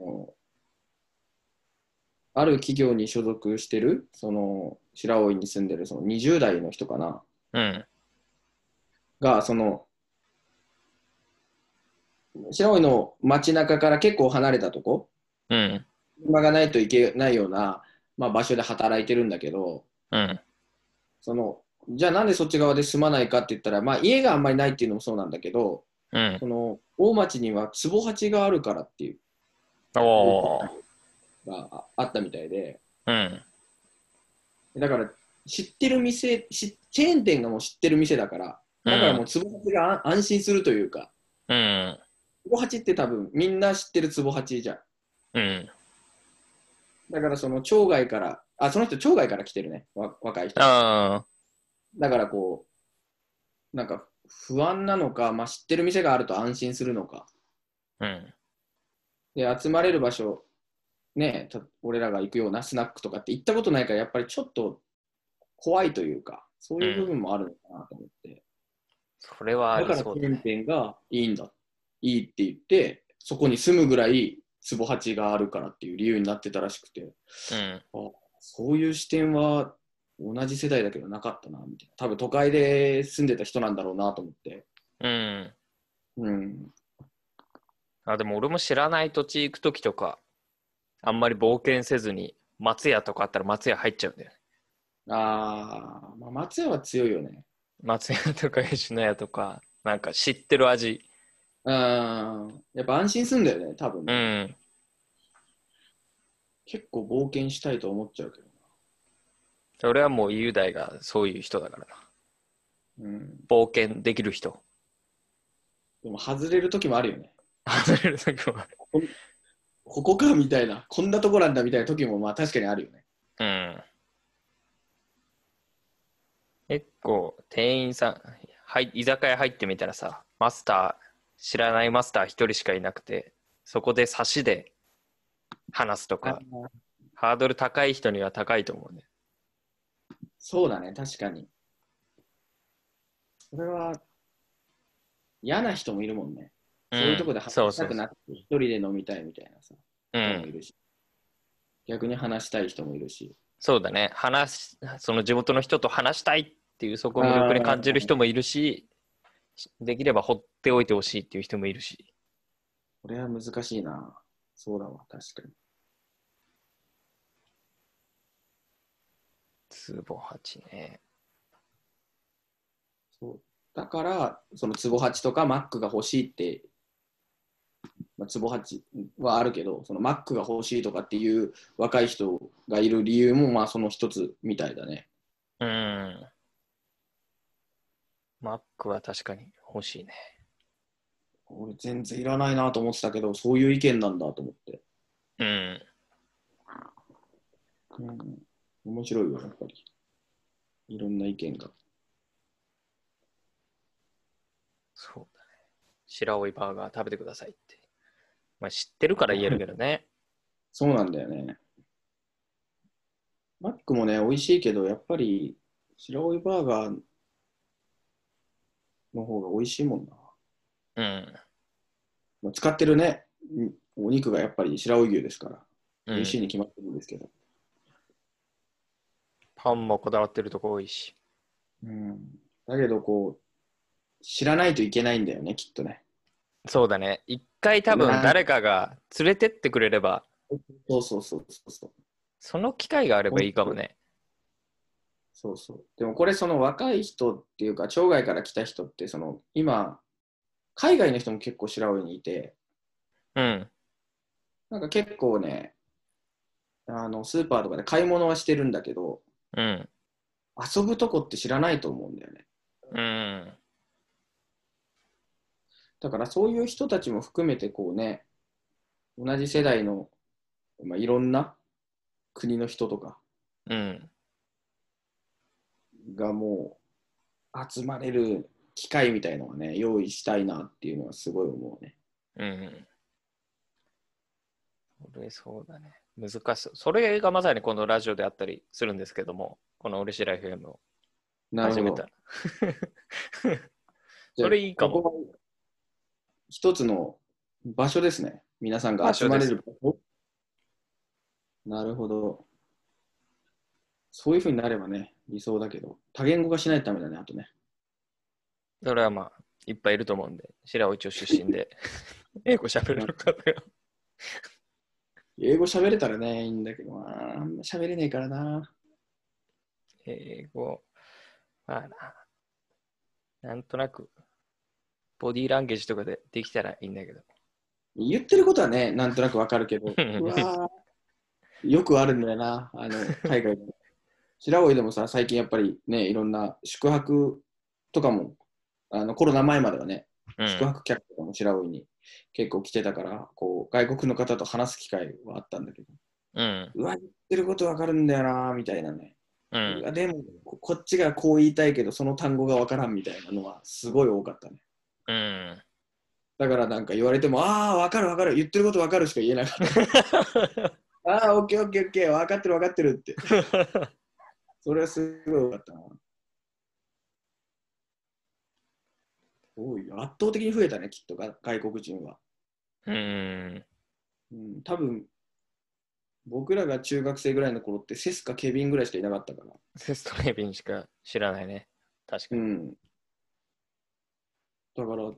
のある企業に所属してる、その白老に住んでるその20代の人かな、うん。が、その白老の街中から結構離れたとこ、うん。車がないといけないような、まあ、場所で働いてるんだけど、うん。そのじゃあなんでそっち側で住まないかって言ったら、まあ、家があんまりないっていうのもそうなんだけど、うん。その大町には坪八があるからっていうおー。のがああったみたいで。うん。だから知ってる店しチェーン店がもう知ってる店だからだからもうつぼ八が安安心するというかうん。つぼ八って多分みんな知ってるつぼ八じゃんうん。だからその町外からあその人町外から来てるねわ若い人あだからこうなんか不安なのか、まあ、知ってる店があると安心するのかあ。うん。で集まれる場所ねた俺らが行くようなスナックとかって行ったことないからやっぱりちょっと怖いというかそういう部分もあるのかなと思って、それはあだかりらそうチだェーンね。店がいいんだ、いいって言って、そこに住むぐらい坪八があるからっていう理由になってたらしくて、うん。そういう視点は同じ世代だけどなかったな、みたいな。多分都会で住んでた人なんだろうなと思って。うん。うん。あ、でも俺も知らない土地行くときとか、あんまり冒険せずに、松屋とかあったら松屋入っちゃうんだよね。あー、まあ、松屋は強いよね。松屋とか吉野家とか、なんか知ってる味。うん。やっぱ安心すんだよね、多分。うん。結構冒険したいと思っちゃうけど俺はもう雄大がそういう人だからな。な。うん。冒険できる人。でも外れる時もあるよね。外れる時もあるここかみたいな、こんなとこなんだみたいな時もまあ確かにあるよね。うん。結構、店員さん、はい、居酒屋入ってみたらさ、マスター、知らないマスター一人しかいなくて、そこで差しで話すとか、ハードル高い人には高いと思うね。そうだね、確かに。それは嫌な人もいるもんね。そういうとこでそ話うしたそうくそうなって、一人で飲みたいみたいなさ、う人もいん。るし。逆に話したい人もいるし。そうだね。話し、その地元の人と話したいっていうそこを魅力に感じる人もいるし、できれば放っておいてほしいっていう人もいるし。これは難しいな。そうだわ、確かに。ツボ八ね。そうだから、そのツボハチとかマックが欲しいって、まあ、ツボハチはあるけど、そのマックが欲しいとかっていう若い人がいる理由も、まあその一つみたいだね。うん。マックは確かに欲しいね。俺全然いらないなと思ってたけど、そういう意見なんだと思って。うん。うん、面白いよ、やっぱり。いろんな意見が。そうだね。白老バーガー食べてくださいって。まあ知ってるから言えるけどね。そうなんだよね。マックもね、美味しいけど、やっぱり白老バーガーの方が美味しいもんうな。ん。まあ使ってるね、んお肉がやっぱり白老牛ですから、う美ん味しいに決まってるんですけど。パンもこだわってるとこ多いし。うん、だけど、こう、知らないといけないんだよね、きっとね。そうだね。一回多分誰かが連れてってくれれば、そうそうそうそうそう。その機会があればいいかもね。そうそう。でもこれ、その若い人っていうか、町外から来た人って、その今、海外の人も結構白老にいて、うん。なんか結構ね、あのスーパーとかで買い物はしてるんだけど、うん。遊ぶとこって知らないと思うんだよね。うん。だからそういう人たちも含めて、こうね、同じ世代の、まあ、いろんな国の人とかうん。がもう集まれる機会みたいのはね、用意したいなっていうのはすごい思うね。うん。俺そうだね。難しそう。それがまさにこのラジオであったりするんですけども、この俺しら FM をなる始ほめどた。。それいいかもここは一つの場所ですね。皆さんが集まれる場所。なるほど。そういうふうになればね、理想だけど、多言語化しないとダメだね、あとね。それはまあ、いっぱいいると思うんで、白尾一応出身で、英語喋れる方が。英語喋れたらね、いいんだけどな、あんま喋れねえからな。英語、まあな、なんとなく、ボディーランゲージとかでできたらいいんだけど。言ってることはね、なんとなくわかるけど、うわーよくあるんだよな、あの、海外で。白老でもさ、最近やっぱりね、いろんな宿泊とかも、あのコロナ前まではね、うん宿泊客とかも白老に結構来てたから、こう外国の方と話す機会はあったんだけど、うん。うわ、言ってることわかるんだよな、みたいなね。う。うんわでもこ、こっちがこう言いたいけど、その単語がわからんみたいなのはすごい多かったね。うん。だからなんか言われても、ああ、わかるわかる、言ってることわかるしか言えなかった。 ああ、オッケーオッケーオッケー、わかってるわかってるって。それはすごい多かったな。多いよ圧倒的に増えたね、きっとが外国人は。うん。うん、多分僕らが中学生ぐらいの頃ってセスかケビンぐらいしかいなかったから。セストレビンしか知らないね。確かうに。ん。だから、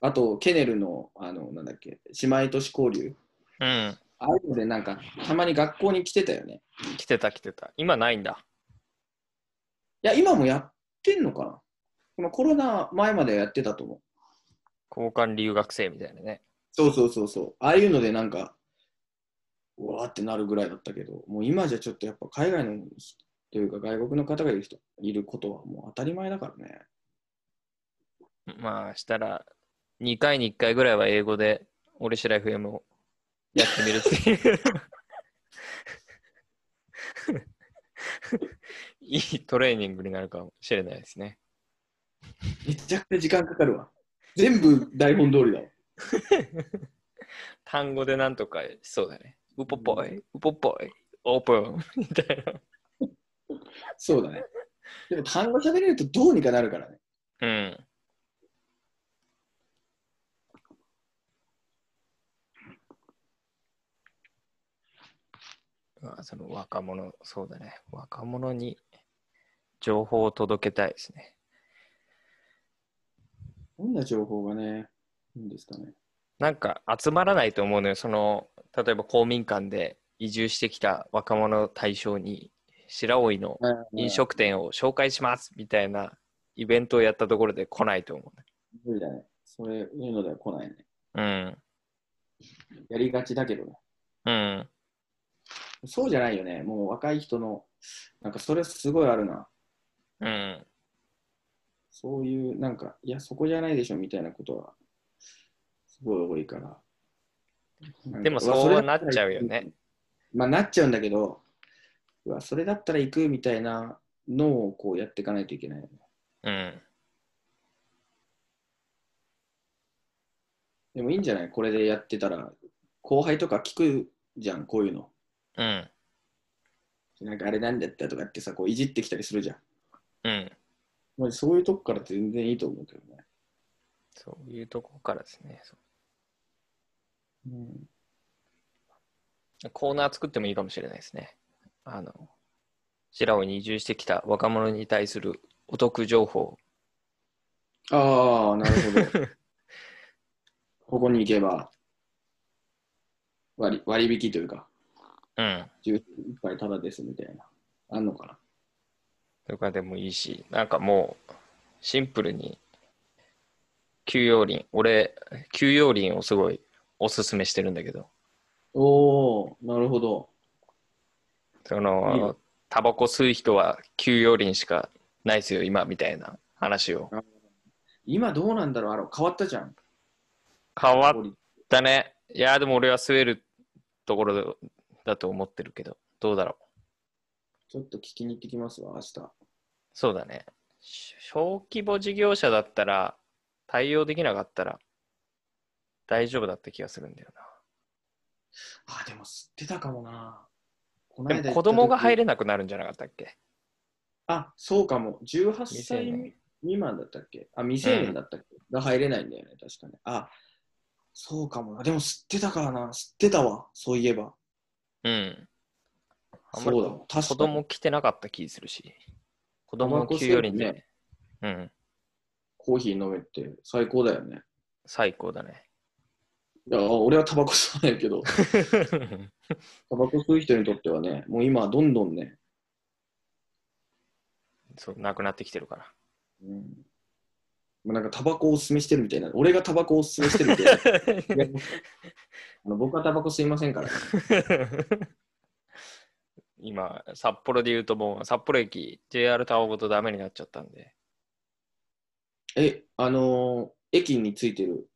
あと、ケネルの、あの、なんだっけ、姉妹都市交流。うん。ああいうので、なんか、たまに学校に来てたよね。来てた来てた。今ないんだ。いや、今もやってんのかなこのコロナ前まではやってたと思う。交換留学生みたいなね。そうそうそうそう。ああいうので、なんか、うわーってなるぐらいだったけど、もう今じゃちょっとやっぱ海外の人というか外国の方がいる人、いることはもう当たり前だからね。まあ、したら、2回に1回ぐらいは英語で、俺しら FM をやってみるって いう。いいトレーニングになるかもしれないですね。めちゃくちゃ時間かかるわ。全部台本通りだわ。単語でなんとかしそうだね。ウポポイ、ウポポイ、オープンみたいな。そうだね。でも単語喋れるとどうにかなるからね。うん。あその若者、そうだね。若者に情報を届けたいですね。どんな情報がね、いいんですかね。なんか集まらないと思うのよ。その、例えば公民館で移住してきた若者対象に、白老の飲食店を紹介しますみたいなイベントをやったところで来ないと思無理だね。それ、そういうのでは来ないね。う。うん。やりがちだけどね。うん。そうじゃないよね。もう若い人の、なんかそれすごいあるな。うん。そういう、なんか、いや、そこじゃないでしょみたいなことは、すごい多いから。なんかでもわそうはなっちゃうよね。まあ、なっちゃうんだけど、うわ、それだったら行くみたいなのをこうやっていかないといけないよね。うん。でもいいんじゃないこれでやってたら、後輩とか聞くじゃん、こういうの。うん。なんかあれなんだったとかってさ、こういじってきたりするじゃん。うん。まあ、そういうとこから全然いいと思うけどね。そういうとこからですね。そううん、コーナー作ってもいいかもしれないですね。あの、白尾に移住してきた若者に対するお得情報。ああ、なる ほど。ここに行けば割、割引というか、うん。ジュースいっぱいタダですみたいな。あんのかなとかでもいいし、なんかもう、シンプルに、休養林。俺、休養林をすごいおすすめしてるんだけど、おおなるほど。そいいよの、タバコ吸う人は休養林しかないですよ、今、みたいな話を。今どうなんだろうあれ変わったじゃん。変わっだね。いや、でも俺は吸えるところだと思ってるけど、どうだろう。ちょっと聞きに行ってきますわ、明日。そうだね。し小規模事業者だったら、対応できなかったら、大丈夫だった気がするんだよあ、でも吸ってたかもな。このな。間でも子供が入る。れなくなるんじゃなかったっけあ、そうかも。18未成歳年未満だったっけあ、未成年だったっけ、が入れないんだよね、確かに。あ、そうかもな。でも吸ってたからな。吸ってたわ、そういえば。うん。あんまりそうだわ。確かに子供来てなかった気するし。子供タバコ吸級えるよりねね。うん。コーヒー飲めって最高だよね。最高だ ね。いや、俺はタバコ吸わない けど、タバコ吸う人にとってはね、もう今どんどんね、そう、なくなってきてるから。 うん、もうなんかタバコをおすすめしてるみたいな、俺がタバコをおすすめしてるみ たいないや。あの僕はタバコ吸いませんから。今、札幌で言うともう、札幌駅、JR タワーごとダメになっちゃったんで、え、あのー駅についてる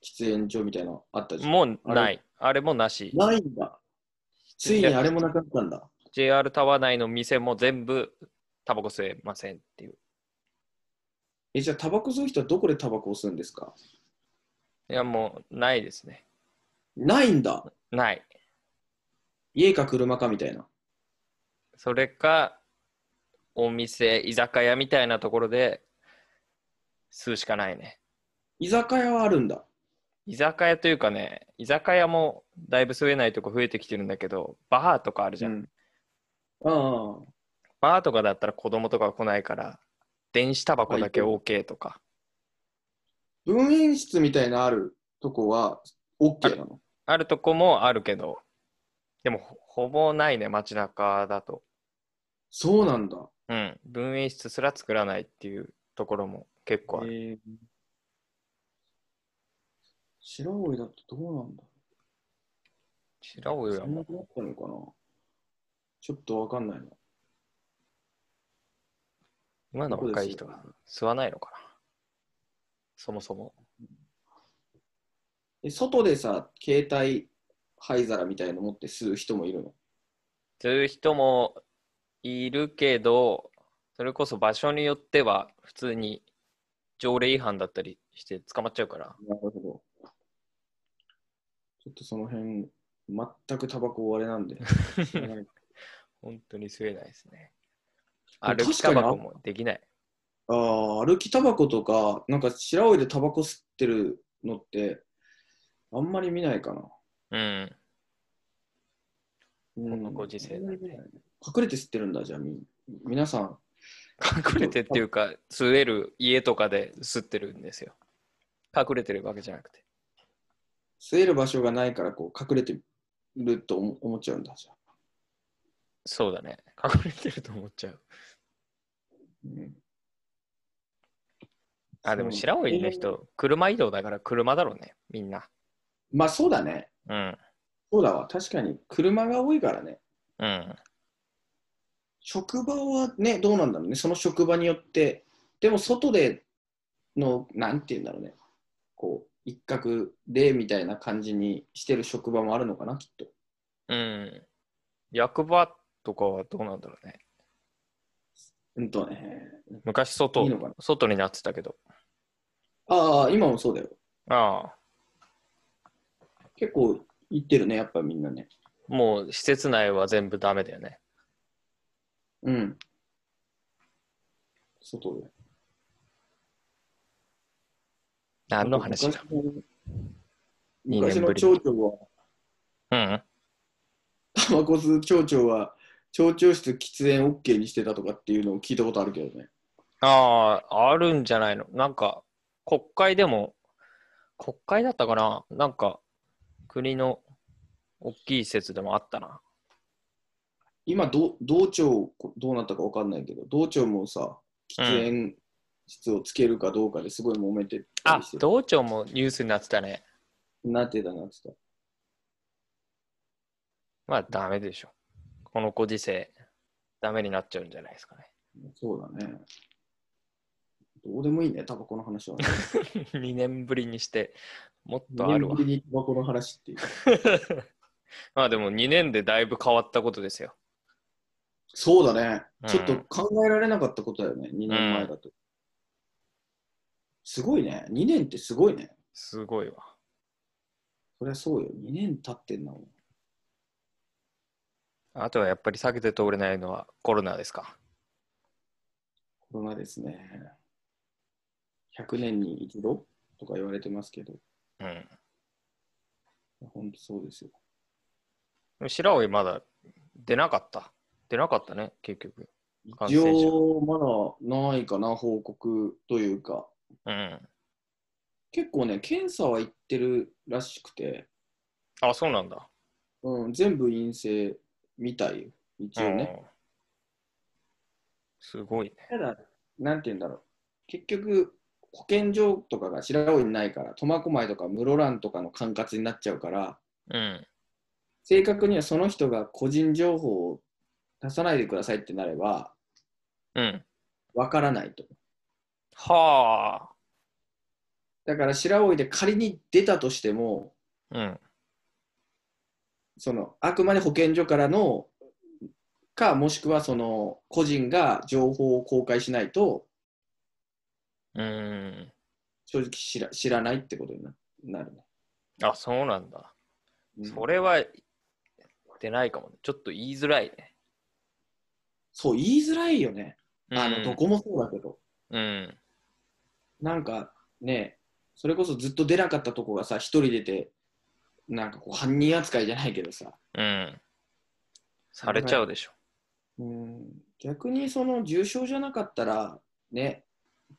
喫煙所みたいなのあったじゃん。もうない。あれもなし。ないんだ。ついにあれもなくなったんだ。 JR タワー内の店も全部、タバコ吸えませんっていう。え、じゃあタバコ吸う人はどこでタバコを吸うんですかいや、もう、ないですね。ないんだ。ない。家か車かみたいな。それか、お店、居酒屋みたいなところで、吸うしかないね。居酒屋はあるんだ。居酒屋というかね、居酒屋もだいぶ吸えないとこ増えてきてるんだけど、バーとかあるじゃん。うん、ああ。バーとかだったら子供とか来ないから、電子タバコだけ OK とか。文演室みたいなあるとこは OK なのあるとこもあるけど、でもほほぼないね、街中だと。そうなんだ。うん。分演室すら作らないっていうところも結構ある。えー白老だってどうなんだ白老はそんもなうくなったのかなちょっとわかんないな。今の若い人どはこで吸わないのかな。そもそも。え外でさ、携帯灰皿みたいの持って吸う人もいるのという人もいるけど、それこそ場所によっては普通に条例違反だったりして捕まっちゃう から。なるほど。ちょっとその辺、全くタバコ終われ なんで。本当に吸えないですね。確かに歩きタバコもできない。ああ、歩きタバコとか、なんか白老でタバコ吸ってるのって、あんまり見ないかな。うん。ここのご時世だね隠れて吸ってるんだ、じゃあみ、皆さん。隠れてっていうか、吸える家とかで吸ってるんですよ。隠れてるわけじゃなくて。吸える場所がないから、こう、隠れてると思思っちゃうんだ、じゃあ。そうだね。隠れてると思っちゃう。うんあ、でも白老の。そう人、車移動だから車だろうね、みんな。まあ、そうだね。うん。そうだわ。確かに、車が多いからね。うん。職場はね、どうなんだろうね、その職場によって、でも外での、なんて言うんだろうね、こう、一角でみたいな感じにしてる職場もあるのかな、きっと。うん。役場とかはどうなんだろうね。うんとね、昔外いいのかな外になってたけど。ああ、今もそうだよ。ああ、結構行ってるね、やっぱみんなね。もう施設内は全部ダメだよね。うん。外で。何の話だ昔二年のぶり町長は、うん。タバコ吸う町長は、町長室喫煙 OK にしてたとかっていうのを聞いたことあるけどね。ああ、あるんじゃないの。なんか、国会でも、国会だったかななんか、国の大きい施設でもあったな。今ど、道庁、どうなったか分かんないけど、道庁もさ、喫煙室をつけるかどうかですごい揉めてたありして、道庁もニュースになってたね。なってたなってた。まあ、ダメでしょ。このご時世、ダメになっちゃうんじゃないですかね。 そうだね。どうでもいいね、タバコの 話は、ね。 2年ぶりにして、もっとあるわ二年ぶ。りにタバコの話っていう。 まあでも2年でだいぶ変わったことですよ。そうだね、うんちょっと考えられなかったことだよね、2年前だと。すごいね、2年ってすごいね。すごいわ。そりゃそうよ、2年経ってんだもん。あとはやっぱり避けて通れないのはコロナですか。コロナですね。100年に一度とか言われてますけど、うん。本当そうですよ。白老まだ出なかった。出なかったね、結局。感一染者応、まだないかな、報告というか、うん。結構ね、検査は行ってるらしくて、あ、そうなんだ。うん、全部陰性みたいよ、一応ね。うんすごいね。ただ、なんて言うんだろう、結局、保健所とかが白老にないから、苫小牧とか室蘭とかの管轄になっちゃうから、うん。正確にはその人が個人情報を出さないでくださいってなれば、うん。わからないと。はだから白老で仮に出たとしても、あ。うん。そのあくまで保健所からのか、もしくはその個人が情報を公開しないと、うん。正直知ら知らないってことにななるね。あ、そうなんだ。うんそれは出ないかもね。ちょっと言いづらいね。そう、言いづらいよね。あうんのどこもそうだけど、うん。なんかね、それこそずっと出なかったとこがさ、一人出て、なんかこう犯人扱いじゃないけどさ、うん。されちゃうでしょ。うん逆にその重症じゃなかったら、ね、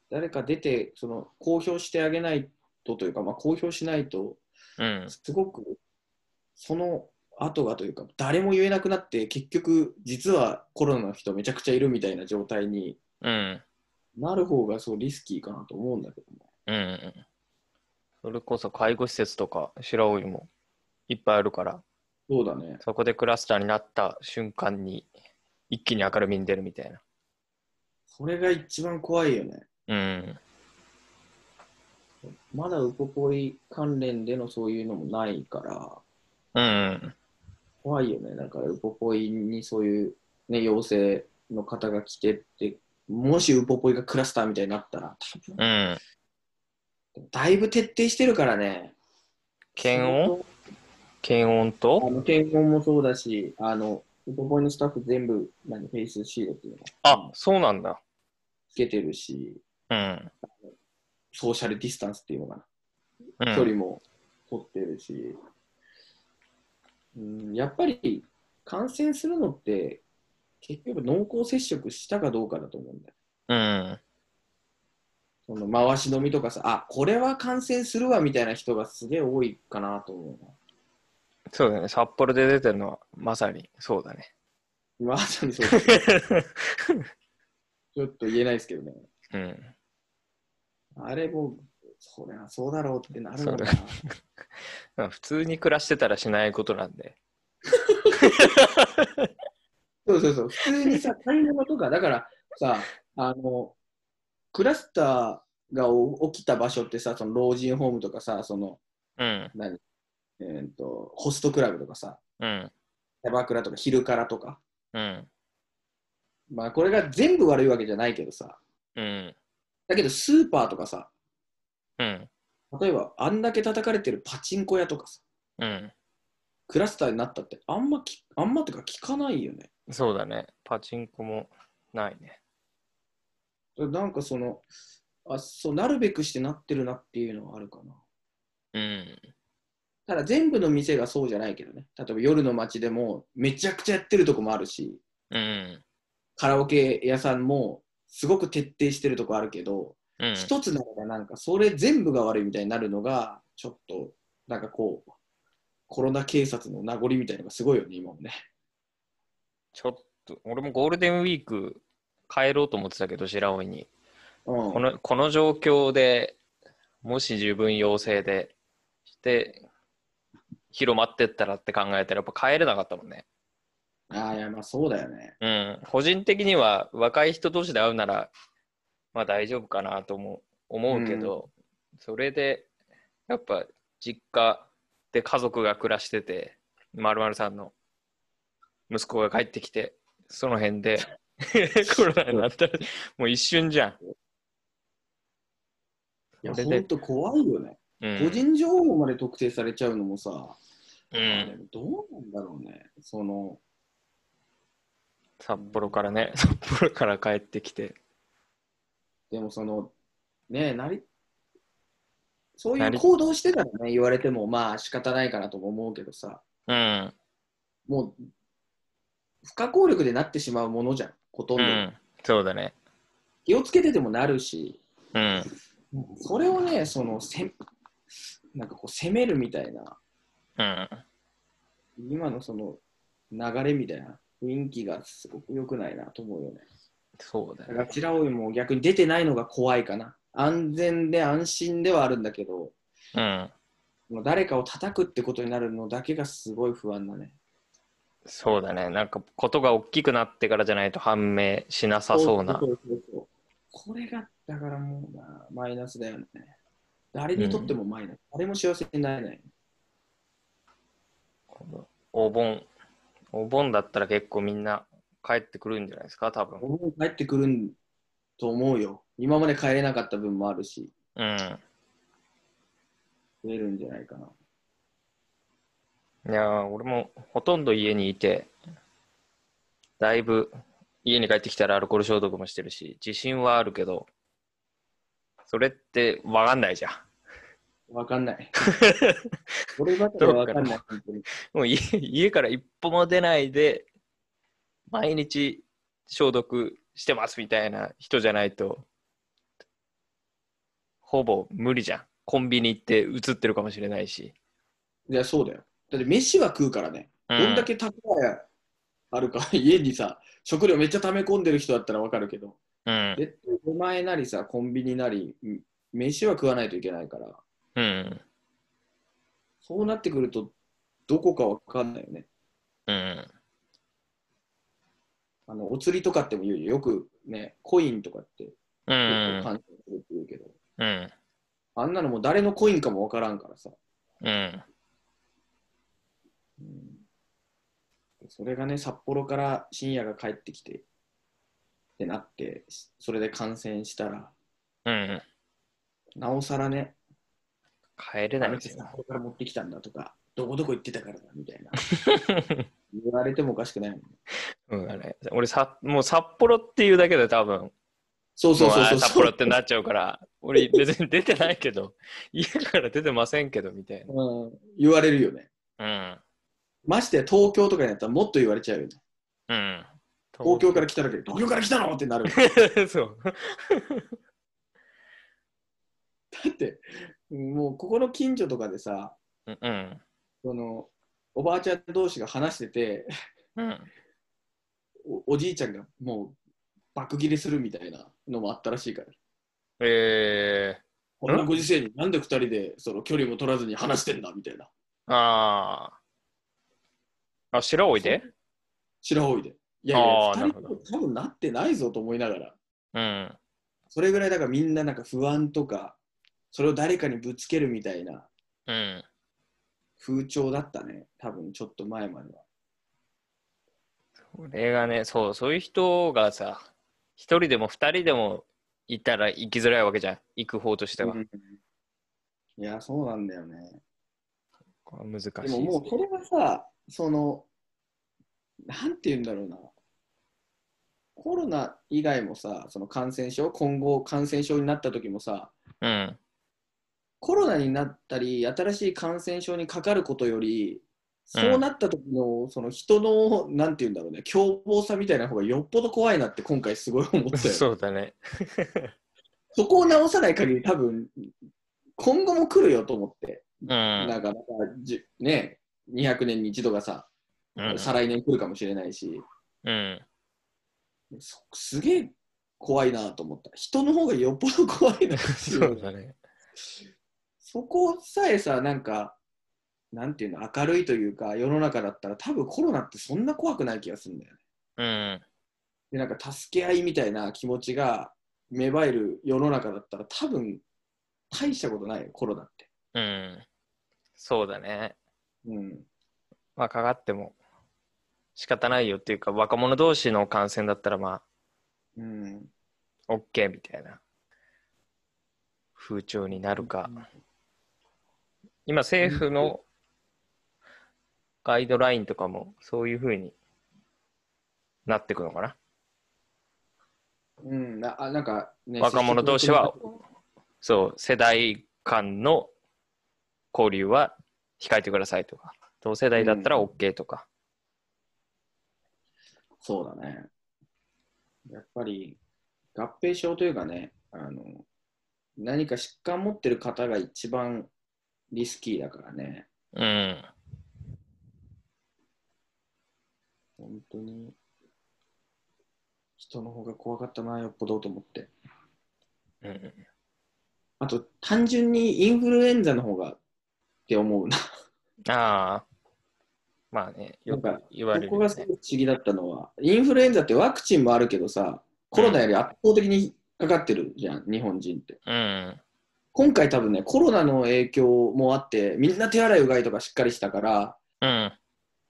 誰か出てその公表してあげないとというか、まあ、公表しないと、うん。すごくその後がというか、誰も言えなくなって、結局、実はコロナの人めちゃくちゃいるみたいな状態にうん。なる方がそうリスキーかなと思うんだけどね。うんうん。それこそ介護施設とか白老もいっぱいあるから、そうだね。そこでクラスターになった瞬間に一気に明るみに出るみたいな。それが一番怖いよね。うん。まだウポポイ関連でのそういうのもないかうら、ん。怖いよね。だからウポポイにそういう、ね、陽性の方が来てって、もしウポポイがクラスターみたいになったら、多分うん。だいぶ徹底してるからね。検温検温とあの検温もそうだし、あの、ウポポイのスタッフ全部、何、フェイスシールっていうのあ、そうなんだ。つけてるし、うん。ソーシャルディスタンスっていうのかな。うん、距離も取ってるし、うん、やっぱり感染するのって結局濃厚接触したかどうかだと思うんだよ。うん。その回し飲みとかさ、あこれは感染するわみたいな人がすげえ多いかなと思そうだね。札幌で出てるのはまさにそうだ ね。うな。まさ にそうですちょっと言えないですけどね。うん。あれも、そりゃそうだろうってなるのかなそ。まあ普通に暮らしてたらしないことなんで。そうそうそう、普通に さ、買い物とか、だからさ、あの、クラスターがお起きた場所ってさ、その老人ホームとかさ、その、うん。何、えーっと、ホストクラブとかさ、うん。キャバクラとか、昼からとか、うん。まあ、これが全部悪いわけじゃないけどさ、うん。だけどスーパーとかさ、うん。例えばあんだけ叩かれてるパチンコ屋とかさ、うん。クラスターになったって、あんまき、あんまってか聞かないよね。そうだね。パチンコもないね。なんかその、あ、そうなるべくしてなってるなっていうのはあるかな。うん。ただ全部の店がそうじゃないけどね。例えば夜の街でもめちゃくちゃやってるとこもあるし、うん。カラオケ屋さんもすごく徹底してるとこあるけど、うん。一つなのがなんかそれ全部が悪いみたいになるのが、ちょっとなんかこう、コロナ警察の名残みたいなのがすごいよね、今もね。ちょっと、俺もゴールデンウィーク帰ろうと思ってたけど、白老に。うん。このこの状況でもし自分陽性でして広まってったらって考えたらやっぱ帰れなかったもんね。ああ、いや、まあそうだよね。うん。個人的には若い人同士で会うならまあ大丈夫かなと思う思うけど、それでやっぱ実家で家族が暮らしてて丸々さんの息子が帰ってきてその辺 でコロナになったらもう一瞬じゃいや、それほでんと怖いよね。ん。うん。個人情報まで特定されちゃうのもさ、うあんれどうなんだろうね。その、札幌からね、 札幌から帰ってきて。でもその、ねえ、なり、そうないりう行動してたらね、言われても、まあ仕方ないかなとも思うけどさ、うん。もう、不可抗力でなってしまうものじゃん、ほとんうど。ん。そうだね。気をつけててもなるし、うん。それをね、その、せなんかこう、責めるみたいな、うん。今のその、流れみたいな雰囲気がすごく良くないなと思うよね。そうだだよから、ね。ちらおいも逆に出てないのが怖いかな。安全で安心ではあるんだけど、うん。もう誰かを叩くってことになるのだけがすごい不安だね。そうだね。なんか、ことが大きくなってからじゃないと判明しなさそうなそ。うそうそうこれが、だからもうな、マイナスだよね。誰にとってもマイナス。誰も幸せになれない。お盆。お盆だったら結構みんな帰ってくるんじゃないですか、多分。俺も帰ってくるんと思うよ。今まで帰れなかった分もあるし、うん。増えるんじゃないかな。いやー俺もほとんど家にいて、だいぶ家に帰ってきたらアルコール消毒もしてるし、自信はあるけど、それってわかんないじゃん。わかん ない。俺ばっかりはわかんない。本当にもう家 家から一歩も出ないで、毎日消毒してますみたいな人じゃないと、ほぼ無理じゃん。コンビニ行って映ってるかもしれないし。いや、そうだよ。だって飯は食うからね。うどんだけ蓄えあるか、家にさ、食料めっちゃ溜め込んでる人だったらわかるけど、 うん。絶対お前なりさ、コンビニなり、ん飯は食わないといけないから、うん。そうなってくると、どこかわかんないよね。うん。あのお釣りとかっても言うよ。よくね、コインとかって、ようくん。感謝するって言うけど、うん。あんなのもう誰のコインかもわからんからさ。うん。うんそれがね、札幌から深夜が帰ってきてってなって、それで感染したら、うん。なおさらね、帰れあないれでっすて札よ。幌から持ってきたんだとか、どこどこ行ってたからだみ たいな、言われてもおかしくないもん、ね。うん、あれ俺さ、もう札幌っていうだけで多分、そうそうそうもうそあう。札幌ってなっちゃうから、俺別に出てないけど、 家から出てませんけど、みたいうん、言われるよね。な。ましてや東京とかになったらもっと言われちゃうよね。うん。うん。東京から来たらけど、東京から来たのってなる。 ら。そう。だってもうここの近所とかでさうんうん。そのおばあちゃん同士が話してて うん。おおじいちゃんがもう爆切れするみたいなのもあったらしいからえこんなご時世になんで2人でその距離も取らずに話してんだみたいなー、ああ。あ、白おいで白老でいやいやあー2人なとるほも多分なってないぞと思いながらうん。それぐらいだからみんななんか不安とかそれを誰かにぶつけるみたいなうん。風潮だったね多分ちょっと前まではこれがね、そう、そういう人がさ、一人でも二人でもいたら行きづらいわけじゃん。行く方としては。うんいやそうなんだよねこれは難しい。でももうそれがさ、その、なんて言うんだろうな、コロナ以外もさ、その感染症、今後感染症になった時もさ、うん。コロナになったり、新しい感染症にかかることより、そうなった時の、その人の、なんて言うんだろうね、凶暴さみたいな方がよっぽど怖いなって今回すごい思ったよ。そうだね。そこを直さない限り多分、今後も来るよと思って。うん。なんか、なんかじゅね、200年に一度がさ、うん再来年来るかもしれないし、うん。そすげえ怖いなと思った。人の方がよっぽど怖いなってい そうう。だね。そこさえさ、なんか、なんていうの、明るいというか、世の中だったら、多分コロナってそんな怖くない気がするんだよね。うん。で、なんか、助け合いみたいな気持ちが芽生える世の中だったら、多分大したことないよ、コロナって。うん。そうだね。うん。まあ、かかっても仕方ないよっていうか、若者同士の感染だったら、まうん。あ、OK みたいな風潮になるか。今、政府のガイドラインとかも、そういうふうになってくのかな。うん。なあなんか、ね若者同士は接触のそう、世代間の交流は控えてくださいとか、同世代だったら OK とか。そうだね。やっぱり合併症というかね、あの何か疾患持ってる方が一番リスキーだからね、うん。本当に人の方が怖かったな、よっぽどと思って。うん、あと、単純にインフルエンザの方がって思うな。ああ。まあね、よなくんか言われるここよがすごいね。不思議だったのは、インフルエンザってワクチンもあるけどさ、コロナより圧倒的にかかってるじゃん、日本人って。うん。今回多分ね、コロナの影響もあって、みんな手洗いうがいとかしっかりしたから、うん。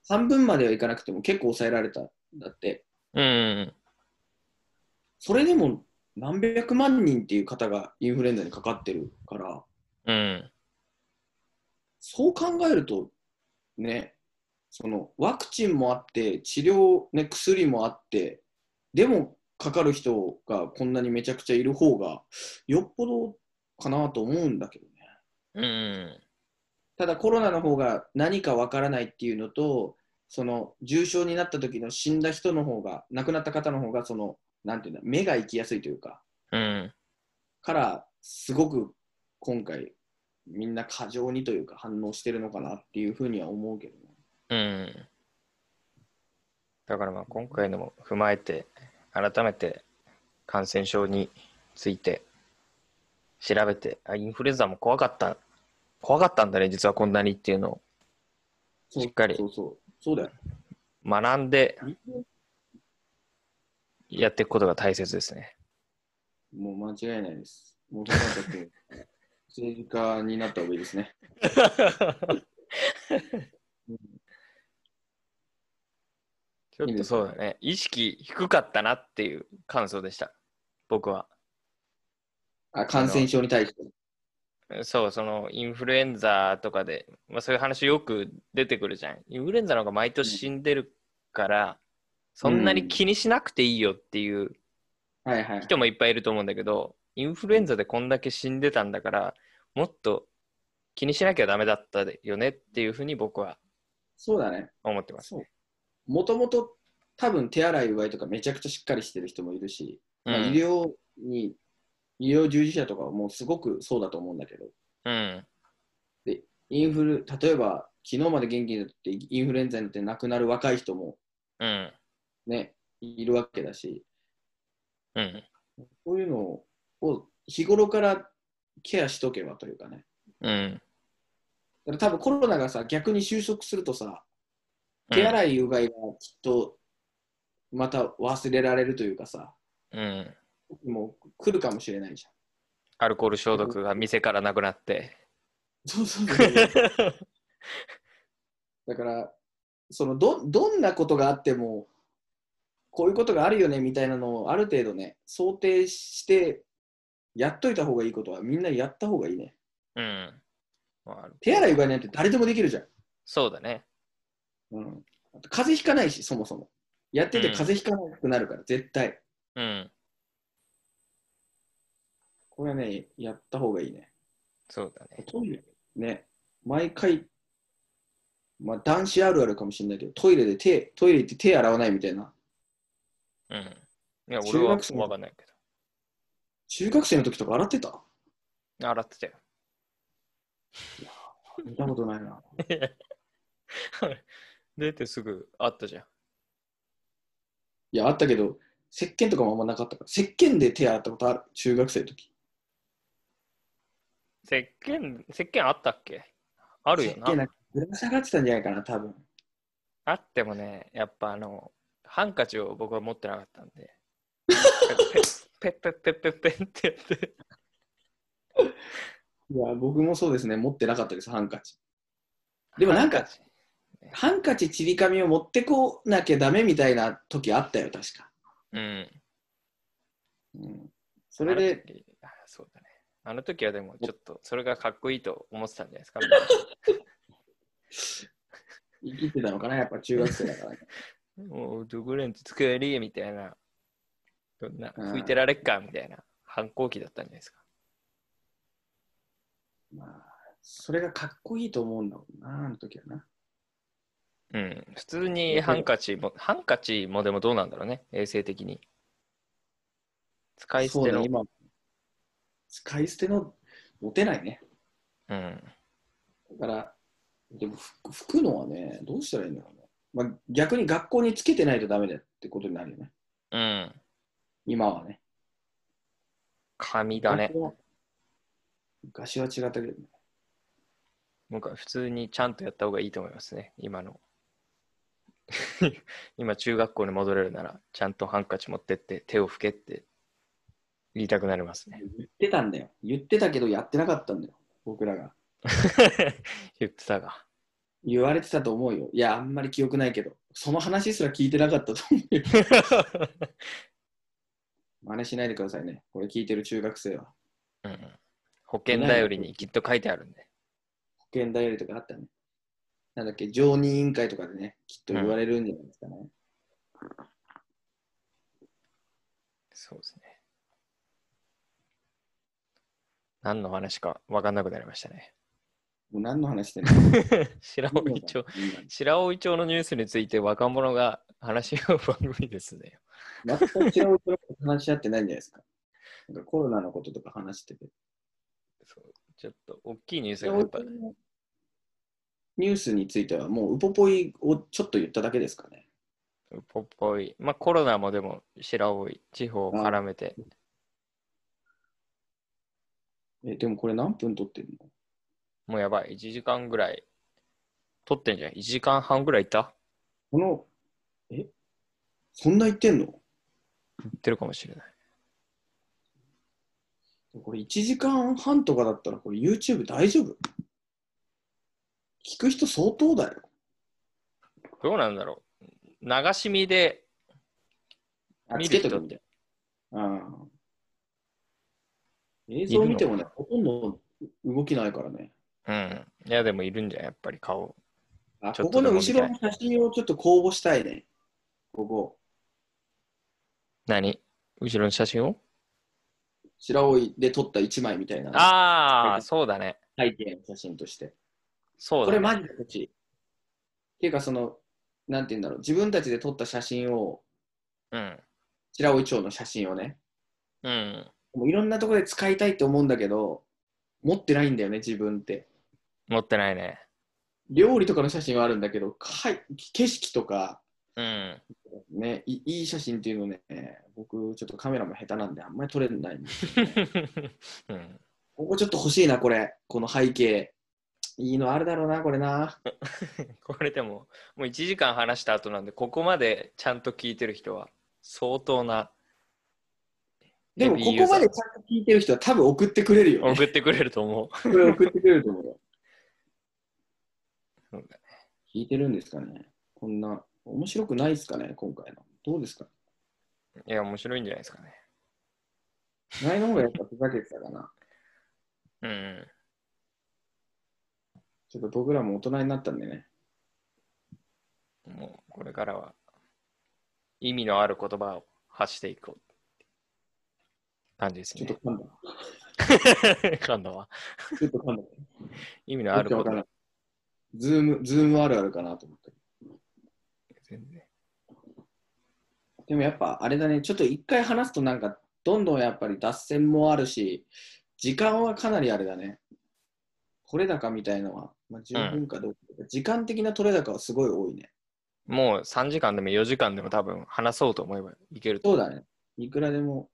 半分まではいかなくても結構抑えられたんだって、うん。それでも何百万人っていう方がインフルエンザにかかってるから、うん。そう考えると、ね、そのワクチンもあって、治療、ね、薬もあって、でもかかる人がこんなにめちゃくちゃいる方が、よっぽどかなと思うんだけどね。うん。ただコロナの方が何かわからないっていうのとその重症になった時の死んだ人の方が亡くなった方の方がそのなんていうんだ目が行きやすいというかうん。からすごく今回みんな過剰にというか反応してるのかなっていうふうには思うけどね。うん。だからまあ今回のも踏まえて、改めて感染症について調べて、あ、インフルエンザも怖かった、怖かったんだね、実はこんなにっていうのをそうしっかりそうそう。そうだよ。学んでやっていくことが大切ですね。もう間違いないです。もうとにかく 政治家になった方がいいですね。ちょっとそうだね。意識低かったなっていう感想でした。僕は。あ感染症に対して。そう、そのインフルエンザとかで、まあ、そういう話よく出てくるじゃん。インフルエンザの方が毎年死んでるから、そんなに気にしなくていいよっていうはいはい。人もいっぱいいると思うんだけど、インフルエンザでこんだけ死んでたんだから、もっと気にしなきゃダメだったよねっていうふうに僕はそうだね。思ってます。もともと多分手洗いうがいとかめちゃくちゃしっかりしてる人もいるし、うまあ、医ん。療に、医療従事者とかはもうすごくそうだと思うんだけど、うん。インフル、例えば昨日まで元気だってインフルエンザになって亡くなる若い人もうん。ね、いるわけだし、うん。そういうのを日頃からケアしとけばというかね。うん。だから多分コロナがさ、逆に収束するとさ、うん手洗いうがいがきっとまた忘れられるというかさ、うん。もう来るかもしれないじゃん。アルコール消毒が店からなくなって。そうそうそうだから、そのどどんなことがあっても、こういうことがあるよねみたいなのをある程度ね、想定して、やっといた方がいいことはみんなやった方がいいね。うん。まあ手洗いうがいなんて誰でもできるじゃん。そうだね。うん、あと風邪ひかないし、そもそも。やってて風邪ひかなくなるから、絶対。うん。これはね、やった方がいいね。そうだね。トイレね、毎回、まあ、男子あるあるかもしれないけど、トイレで手、トイレ行って手洗わないみたいな。うん。いや、中俺は学生わかんないけ中学生の時とか洗ってたど。洗ってたよ。見たことないな。出てすぐあったじゃん。いや、あったけど、石鹸とかもあんまなかったから、石鹸で手洗ったことある、中学生の時。石鹸、石鹸あったっけあるよ石鹸な。んかぶら下がってたんじゃないかな、多分。あってもね、やっぱあの、ハンカチを僕は持ってなかったんで。ペッペッペッペッペッペッってやって。いや、僕もそうですね、持ってなかったです、ハンカチ。でもなんハンかカチ、ハンカチ、ちり紙を持ってこなきゃダメみたいな時あったよ、確か。うん。うん、それあので、時あそうだね。あの時はでも、ちょっと、それがかっこいいと思ってたんじゃないですか。生きてたのかな、やっぱ中学生だから、ね。 もう、ドグレンツ作りみたいな。どんな、拭いてられっかみたいな。反抗期だったんじゃないですか。まあ、それがかっこいいと思うんだもんな、あの時はな。うん。普通にハンカチも、ハンカチもでもどうなんだろうね。衛生的に。使い捨てそうの。ね、う今。使い捨ての持てないね。ん。だから、でも服服くのはね、どうしたらいいんだろうね。まあ、逆に学校につけてないとダメだってことになるよね。うん。今はね。紙だね僕。は。昔は違ったけどね。僕は普通にちゃんとやった方がいいと思いますね。今の。 今、中学校に戻れるなら、ちゃんとハンカチ持ってって、手を拭けって言いたくなりますね。 言ってたんだよ。言ってたけどやってなかったんだよ。僕らが。言ってたが。言われてたと思うよ。いや、あんまり記憶ないけど、その話すら聞いてなかったと思うよ。真似しないでくださいね。これ聞いてる中学生は。うん保険頼りにきっと書いてあるんで。保険頼りとかあったね。なんだっけ、常任委員会とかでね、きっと言われるんじゃないですかね。そうですね。何の話か分かんなくなりましたね。もう何の話してん の白老町、白老町のニュースについて若者が話し合う 番組ですね。全く違うこと話し合ってないんじゃないですか。なんかコロナのこととか話してて。そうちょっと大きいニュースでがやっぱ、ね、ニュースについては、もうウポポイをちょっと言っただけですかね。うぽっぽい。まあコロナもでも白老地方を絡めて、え、でもこれ何分撮ってんのもうやばい。1時間ぐらい。撮ってんじゃん。1時間半ぐらいいたこの、えそんな言ってんの言ってるかもしれない。これ1時間半とかだったら、これ YouTube 大丈夫聞く人相当だよ。どうなんだろう。流し見で、あ、見つるけ人とくみたいな。うん映像見てもね、ほとんど動きないからね。うん。いや、でもいるんじゃん、やっぱり顔。あ、ちょこっとこでのも見たい後ろの写真をちょっと公募したいね。ここ。何後ろの写真を白老で撮った1枚みたいなあはあ、いそうだね。背景の写真として。そうこだれね。マジで欲しい。っていうか、その、なんて言うんだろう、自分たちで撮った写真を、うん。白老町の写真をね、うん。もういろんなところで使いたいって思うんだけど、持ってないんだよね、自分って。持ってないね。料理とかの写真はあるんだけど、かい景色とか、うん。 ねい、いい写真っていうのね、僕、ちょっとカメラも下手なんで、あんまり撮れないんで、 うん、ここちょっと欲しいな、これ、この背景。いいのあるだろうな、これな。 これでも、もう1時間話した後なんで、ここまでちゃんと聞いてる人は、相当な、でも、ここまでちゃんと聞いてる人は多分送ってくれるよ、ね。送ってくれると思う。これ送ってくれると思うよ。そう 聞いてるんですかねこんな、面白くないですかね今回の。どうですかいや、面白いんじゃないですかね。前の方がやっぱふざけてたかな。うん。ちょっと僕らも大人になったんでね。もう、これからは、意味のある言葉を発していこう。感じですちょっねと。噛んだ。 今度は。ちょっと噛んだ。意味のあるよこくわとかんない。ズーム、ズームあるあるかなと思って。全然。でもやっぱあれだね、ちょっと一回話すとなんか、どんどんやっぱり脱線もあるし、時間はかなりあれだね。取れ高みたいのは、まあ、十分かどうか、時間的な取れ高はすごい多いね。もう3時間でも4時間でも多分話そうと思えばいけると。そうだね。いくらでも。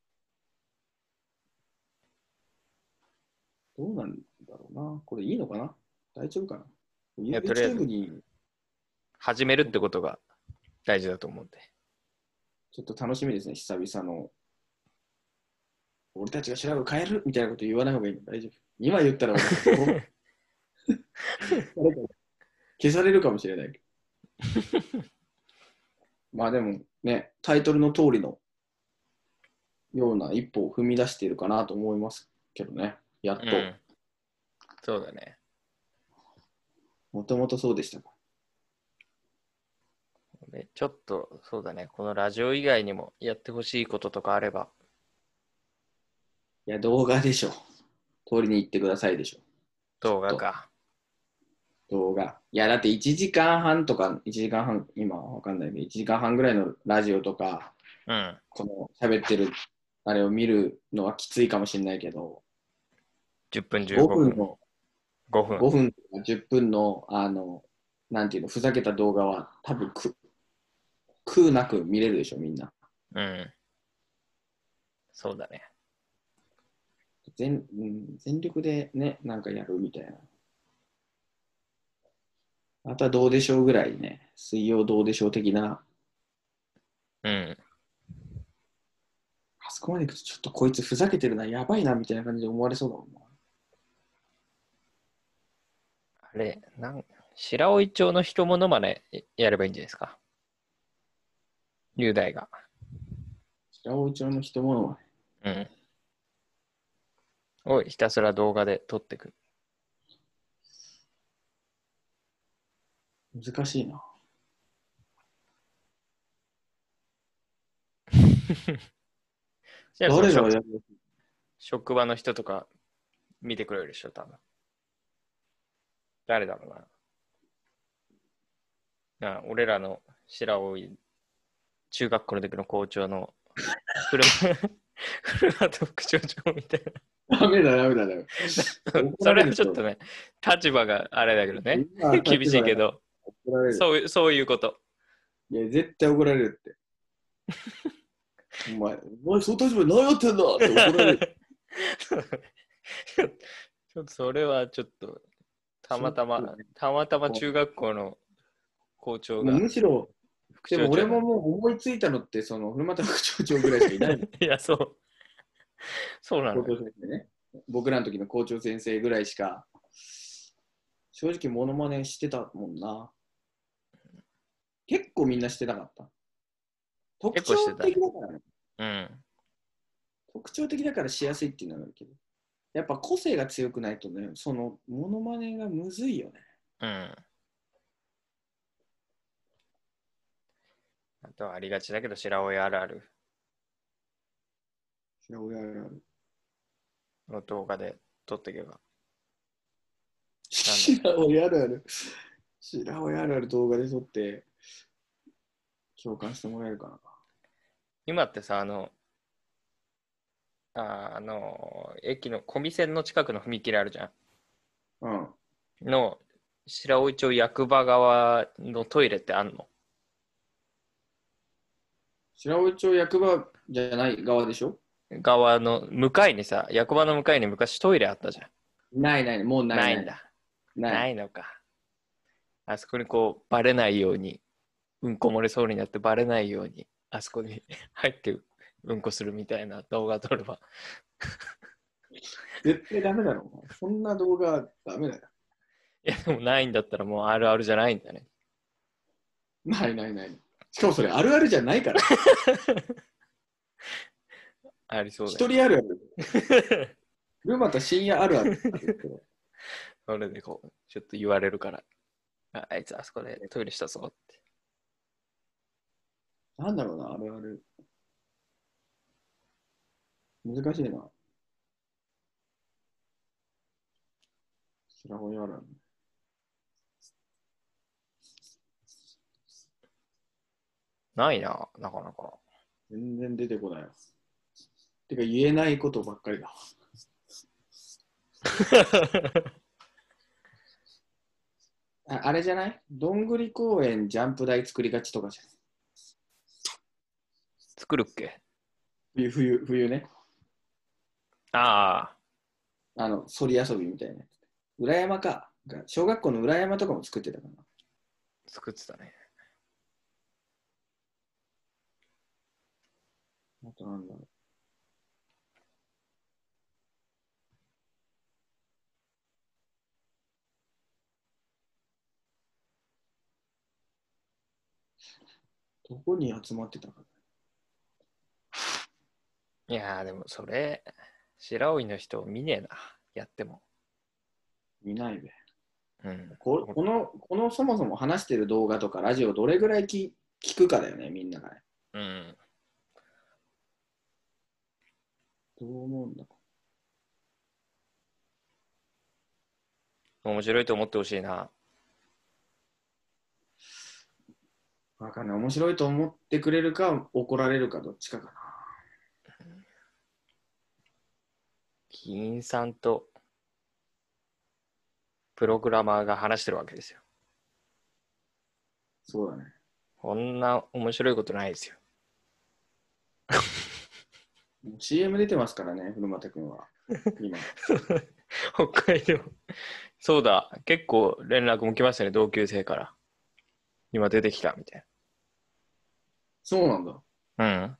どうなんだろうな。これいいのかな大丈夫かなやとりあえず ?YouTube に始めるってことが大事だと思うんで。ちょっと楽しみですね、久々の。俺たちが調べを変えるみたいなこと言わない方がいいの大丈夫。今言ったら俺誰かに消されるかもしれないけど。まあでもね、タイトルの通りのような一歩を踏み出しているかなと思いますけどね、やっと。うんそうだね。もともとそうでしたか。でちょっと、そうだね。このラジオ以外にもやってほしいこととかあれば。いや、動画でしょ。通りに行ってくださいでしょ。動画か。動画。いや、だって1時間半とか、1時間半、今わかんないけど、1時間半ぐらいのラジオとか、うん。この喋ってる、あれを見るのはきついかもしれないけど、 10分、15 5分分。の、 5分。 5分とか10分の、あの、なんていうの、ふざけた動画は、多分く、空なく見れるでしょ、みんな。うん。そうだね。全うん全力でね、なんかやるみたいな。あとはどうでしょうぐらいね、水曜どうでしょう的な、うん。あそこまで行くとちょっとこいつふざけてるな、やばいなみたいな感じで思われそうだもんな。あれ、なん白老町の人物まねやればいいんじゃないですか。雄大が。白尾町の人物は、うん。をひたすら動画で撮ってく。難しいな。じゃあその誰がや職る職場の人とか見てくれるでしょ、多分。誰だろうな。なあ俺らの白老中学校の時の校長の車 古畑副町長みたいな。ダメだ、ダメだ、ダメ。それはちょっとね、立場があれだけどね。今は立場 厳しいけど、怒られる。そういうそういうこと。いや、絶対怒られるって。お前、お前、その立場で何やってんだって怒られる。 ちょっとそれはちょっと、たまたま、そうだねたまたま中学校の校長がむしろ、副長でも俺ももう思いついたのって、その、古俣副町長ぐらいしかいないいや、そう。そうな校のよ。長先生ね。僕らの時の校長先生ぐらいしか、正直モノマネしてたもんな。結構みんなしてなかった。特結構徴してた的だからね。うん。特徴的だからしやすいっていうのはあるけど、やっぱ個性が強くないとね、そのモノマネがむずいよね。うん。あとはありがちだけど、白老あるあるいやおやおやおやの動画で撮っていけば。白尾やるある。白尾やるある動画で撮って、共感してもらえるかな。今ってさ、あの、ああの、駅の小見線の近くの踏切あるじゃん。うん。の白老町役場側のトイレってあんの白尾町役場じゃない側でしょ側の向かいにさ、役場の向かいに昔トイレあったじゃん。ないない、もうない。ないん。だ。な。ないいのか。あそこにこう、バレないように、うんこ漏れそうになってバレないように、あそこに 入ってうんこするみたいな動画撮れば。絶対ダメだろ。お前そんな動画ダメだよ。いや、でもないんだったらもうあるあるじゃないんだね。ないないない。しかもそれあるあるじゃないから。ありそうだ一よ。人あるある。 ルマタ深夜あるある。それでこう、ちょっと言われるから。ああいつあそこでトイレしたぞって。なんだろうな、あるある。難しいな。白子やらん。ないな、なかなか。全然出てこないわ。てか言えないことばっかりだわ。 ああれじゃないどんぐり公園ジャンプ台作りがちとかじゃない作るっけ冬、冬、冬ね。ああ、あの、そり遊びみたいなやつ。裏山か。が小学校の裏山とかも作ってたかな。作ってたね。あとなんだろう。どこに集まってたか。いやー、でもそれ、白老の人見ねえな、やっても。見ないべ。うん。ここの、このそもそも話してる動画とかラジオどれぐらいき聞くかだよね、みんながね。うん。どう思うんだ面白いと思ってほしいな。わかんない。面白いと思ってくれるか、怒られるか、どっちかかな。議員さんとプログラマーが話してるわけですよ。そうだね。こんな面白いことないですよ。 もう CM 出てますからね、古俣 君は。今。北海道。そうだ、結構連絡も来ましたね、同級生から。今出てきたみたいそうなんだ。な。うん。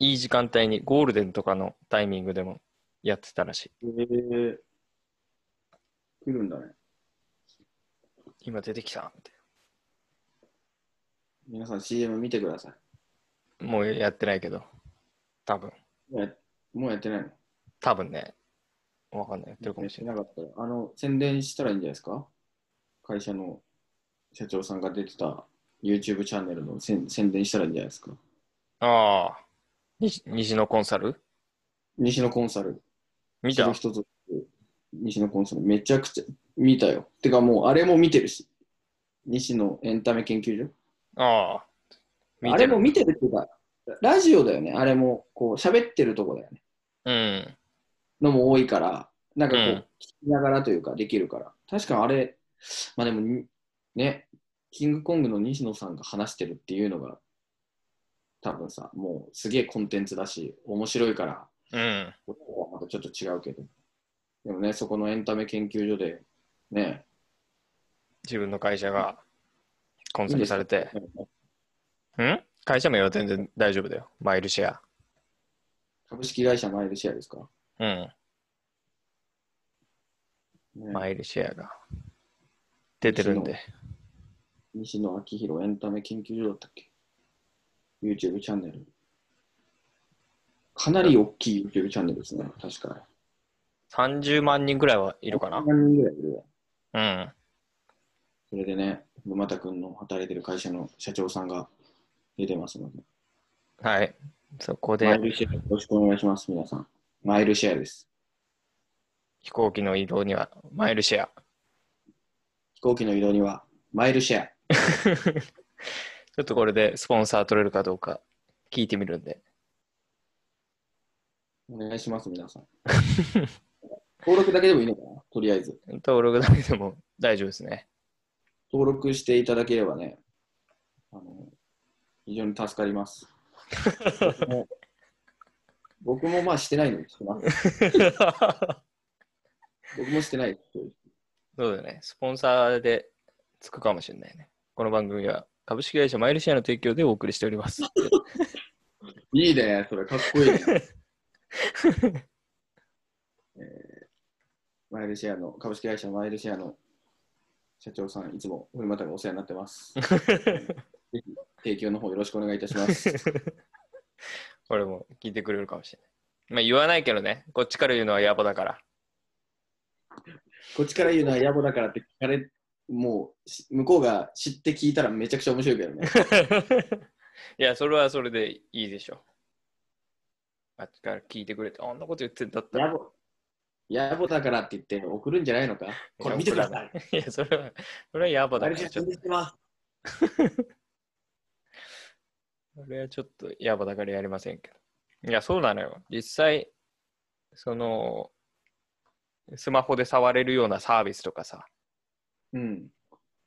いい時間帯に、ゴールデンとかのタイミングでもやってたらしい。えー、来るんだね。今出てきたみたい皆さん CM 見てくださな。もうやってないけど、多分い。もうやもうやってないの多分ね、わかんない。やってるかもしれない。やってなかったら。あの、宣伝したらいいんじゃないですか会社の社長さんが出てた YouTube チャンネルの宣宣伝したらいいんじゃないですかああ、西西野コンサル西野コンサル。見た一つ一つ西野コンサル。めちゃくちゃ見たよ。てかもうあれも見てるし。西野エンタメ研究所ああ。見あてれるも見てるっていうか、ラジオだよね、あれも、こう、喋ってるとこだよね。うん。のも多いから、なんかこう、うん聞きながらというか、できるから。確かあれ、まあでもに、ね、キングコングの西野さんが話してるっていうのが、多分さ、もうすげえコンテンツだし、面白いから、うん。またちょっと違うけど。でもね、そこのエンタメ研究所で、ね、自分の会社がコンサルされて。いいんでうん会社名は全然大丈夫だよ。マイルシェア。株式会社マイルシェアですか、うん。ねマイルシェアが出てるんで。西野昭弘エンタメ研究所だったっけ ?YouTube チャンネル。かなり大きい YouTube チャンネルですね、確か。 30万人ぐらいはいるかな。何人ぐらいいるうん。それでね、沼田君の働いてる会社の社長さんが出てますので、はい。そこマでイルシェアよろしくお願いします、皆さん。マイルシェアです。飛行機の移動にはマイルシェア。飛行機の移動にはマイルシェア。ちょっとこれでスポンサー取れるかどうか聞いてみるんで。お願いします、皆 さん。登録だけでもいいのかなとりあえず。登録だけでも大丈夫です ね。登録していただければね、あの非常に助かります。僕も僕もまあしてないのにしてます。そ僕もしてないです。うだね。スポンサーでつくかもしれないね。この番組は株式会社マイルシェアの提供でお送りしており ます。いいね、それかっこいい、ねえーマイルシェアの、株式会社マイルシェアの社長さん、いつも古俣がお世話になってます。ぜひ提供の方よろしくお願いいたします。これも聞いてくれるかもしれない。まあ言わないけどね。こっちから言うのは野暮だ から。こっちから言うのは野暮だからって聞かれ、もうし向こうが知って聞いたらめちゃくちゃ面白いけどね。いや、それはそれでいいでしょ。あっちから聞いてくれて、あんなこと言ってんだった野ら。暮野暮だからって言って送るんじゃないのかこれ見てください。いや、それは、それは野暮だマかルら。シェアちょっ宣と伝してます。それはちょっとやばだからやりませんけど。いや、そうなのよ。実際、その、スマホで触れるようなサービスとかさ、うん。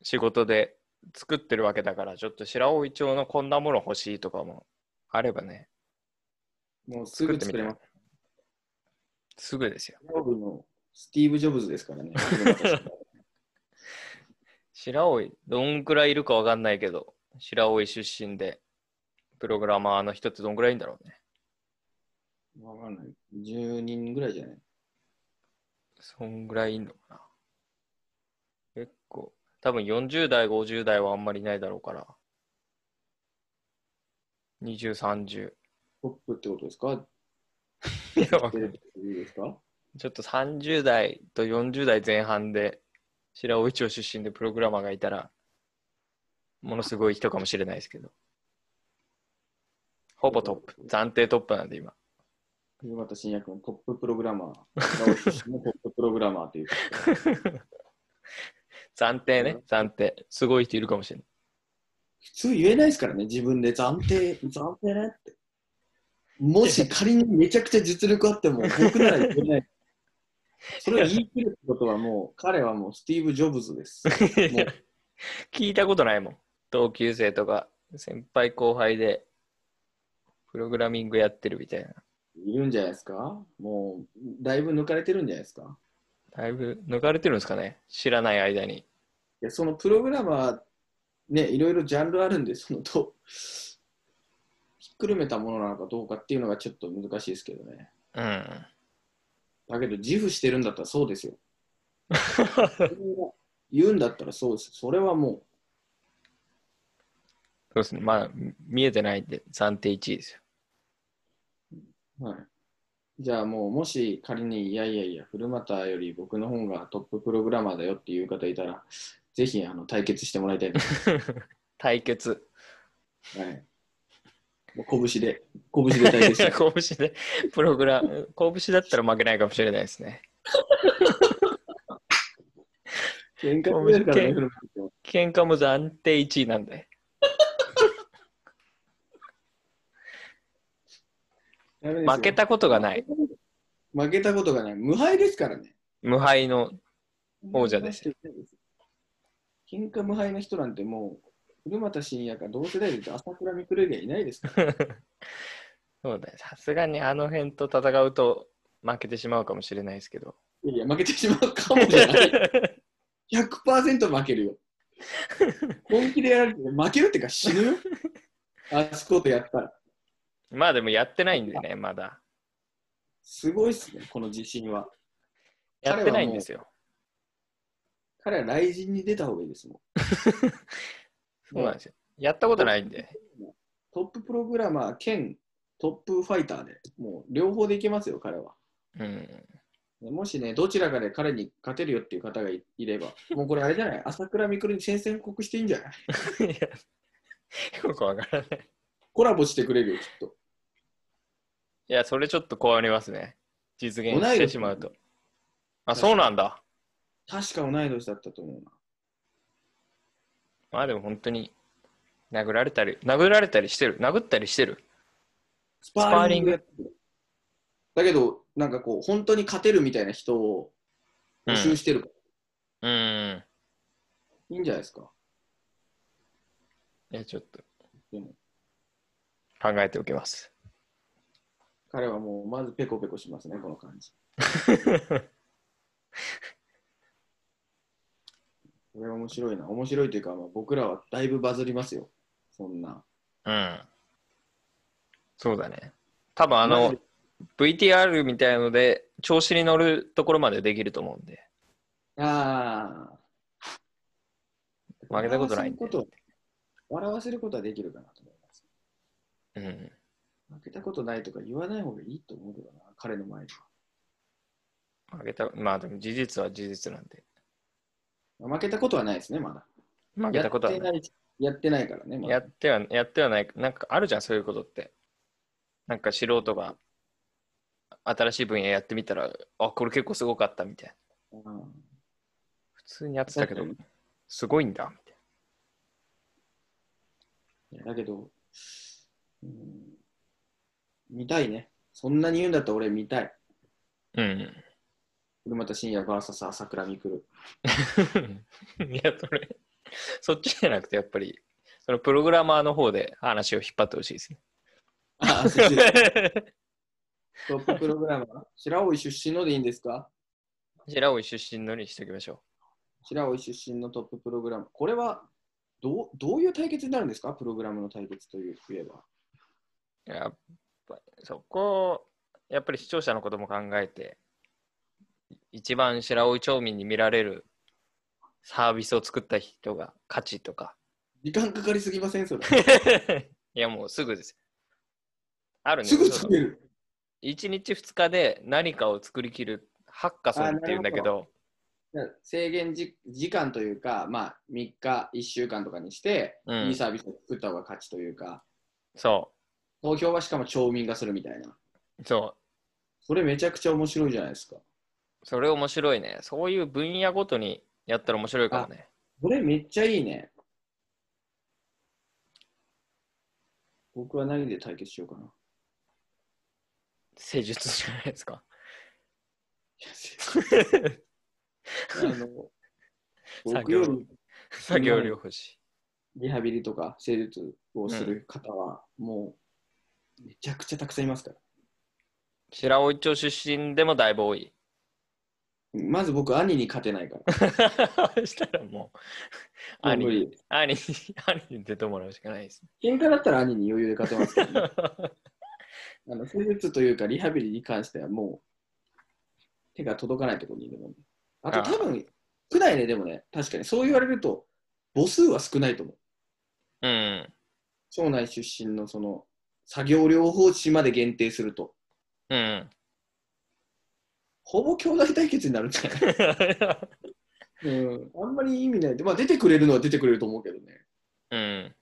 仕事で作ってるわけだから、ちょっと白老町のこんなもの欲しいとかもあればね、もうすぐてみ作たれいます。すぐですよ。グローブのスティーブ・ジョブズです からね。白老、どんくらいいるかわかんないけど、白老出身で、プログラマーの人ってどんくらいいるんだろうね。わかんない。10人ぐらいじゃないそんぐらいいんのかな。結構、多分40代、50代はあんまりいないだろうから。20、30。トップってことですかいやわかテんなレいビいいですかちょっと30代と40代前半で、白尾一町出身でプログラマーがいたら、ものすごい人かもしれないですけど。ほぼトップ。暫定トップなんで今。古畑信也君、トッププログラマー。直木氏もトッププログラマーという。暫定ね、暫定。すごい人いるかもしれない。普通言えないですからね、自分で暫定、暫定ねって。もし仮にめちゃくちゃ実力あっても、僕なら言えない。それを言い切るってことはもう、彼はもうスティーブ・ジョブズです。もう聞いたことないもん。同級生とか、先輩後輩で、プログラミングやってるみたいな。いるんじゃないですかもう、だいぶ抜かれてるんじゃないですかだいぶ抜かれてるんですかね知らない間に。いや、そのプログラマー、ね、いろいろジャンルあるんで、そのと、ひっくるめたものなのかどうかっていうのがちょっと難しいですけどね。うん。だけど、自負してるんだったらそ うですよ。言うんだったらそうです。それはもう、そうですね。まあ、見えてないんで、暫定1位ですよ。はい。じゃあもう、もし仮に、いやいやいや、古俣より僕の本がトッププログラマーだよっていう方いたら、ぜひあの対決してもらいたいです。対決。 はい。もう拳で、拳で対 決して。拳で、プログラム、拳だったら負けないかもしれないですね。喧嘩になるからね、拳古俣喧君嘩も暫定1位なんで。負けたことがない。負けたことがない。無敗ですからね。無敗の、王者です。喧嘩無敗の人なんてもう、古俣信也か同世代で言うと朝倉未来以外いな いですから。そうだよさすがにあの辺と戦うと負けてしまうかもしれないですけ ど。いやいや、負けてしまうかもしれない。100%負けるよ。本気でやられて、負けるってか死ぬよ。あそことやったら。まあでもやってないんでね、まだ。すごいっすね、この自信は。やってないんですよ。彼は雷神に出た方がいいですもん。そうなんですよ。やったことないんで。トッププログラマー兼トップファイターで、もう両方でいけますよ、彼は。うん。もしね、どちらかで彼に勝てるよっていう方がい いれば、もうこれあれじゃない、朝倉未来に宣戦布告していいんじゃないいや、よくわからない。コラボしてくれるよ、きっと。いや、それちょっと困りますね。実現同しいて年しまうと。あ、そうなんだ。確か同い年だったと思うな。まあでも本当に、殴られたり、殴られたりしてる。殴ったりしてる。スパーリングやってるだけど、なんかこう、本当に勝てるみたいな人をう募ん集してるから、うん。いいんじゃないですか。いや、ちょっとでも、考えておきます。彼はもう、まずペコペコしますね、この 感じ。これは面白いな。面白いというか、まあ、僕らはだいぶバズりますよ。そんな。うん。そうだね。多分あマのジ、 VTR みたいので、調子に乗るところまでできると思うんで、ああ。負けたことないん笑でわせるこ。と笑わせることはできるかなと思います。うん。負けたことないとか言わない方がいいと思うけどな、彼の前で負けた、まあでも事実は事実なんで。は。負けたことはないですね、まだ。負けたことはない。やってないやってないからね、まだやっては、やってはない。なんかあるじゃん、そういうことって。なんか素人が新しい分野やってみたら、あ、これ結構すごかったみたいな。うん普通にやってたけど確か、すごいんだ、みたいいやだけど、うん、見たいね。そんなに言うんだったら俺見たい。な。うん。古俣信也 VS 朝倉未来。 いや、それ、そっちじゃなくて、やっぱり、そのプログラマーの方で話を引っ張ってほしい ですね。あ、そっちだトッププログラマー。白老出身のでいいんですか白老出身のにしておきましょ白老出身のトッププログラム。これはどうどういう対決になるんですかプログラムの対決といういえば。う。やっぱそこ、やっぱり視聴者のことも考えて、一番白老町民に見られるサービスを作った人が価値と か。時間かかりすぎませんそれ。いや、もうすぐです。あるね。すぐ作れる。 1日2日で何かを作りきるハッカソンっていうんだけあなど、制限じ時間というか、まあ、3日、1週間とかにして、うんいいサービスを作った方が勝ちというか、そ投票はしかも町民がするみたいな。う、そそれめちゃくちゃ面白いじゃないですか。う、それ面白いね。そういう分野ごとにやったら面白いかもね。これめっちゃいいね。僕は何で対決しようかな。い 施術じゃないですか。やあの僕より 作業療法士。リハビリとか施術をする方は、もうめちゃくちゃたくさんいますから。白老町出身でもだいぶ多い。まず僕、兄に勝てない から。そしたらもう、もう無兄、理兄に、兄に出てもらうしかないです。喧嘩だったら兄に余裕で勝てますけど、ね、 あの施術というかリハビリに関してはもう手が届かないところにいるもん、ね、あとああ多分、少ないね、でもね、確かにそう言われると母数は少ないと思う。うん、町内出身のその作業療法士まで限定すると、 うん。ほぼ兄弟対決になるんじゃないうん、あんまり意味ないで、まあ、出てくれるのは出てくれると思うけどね。うん。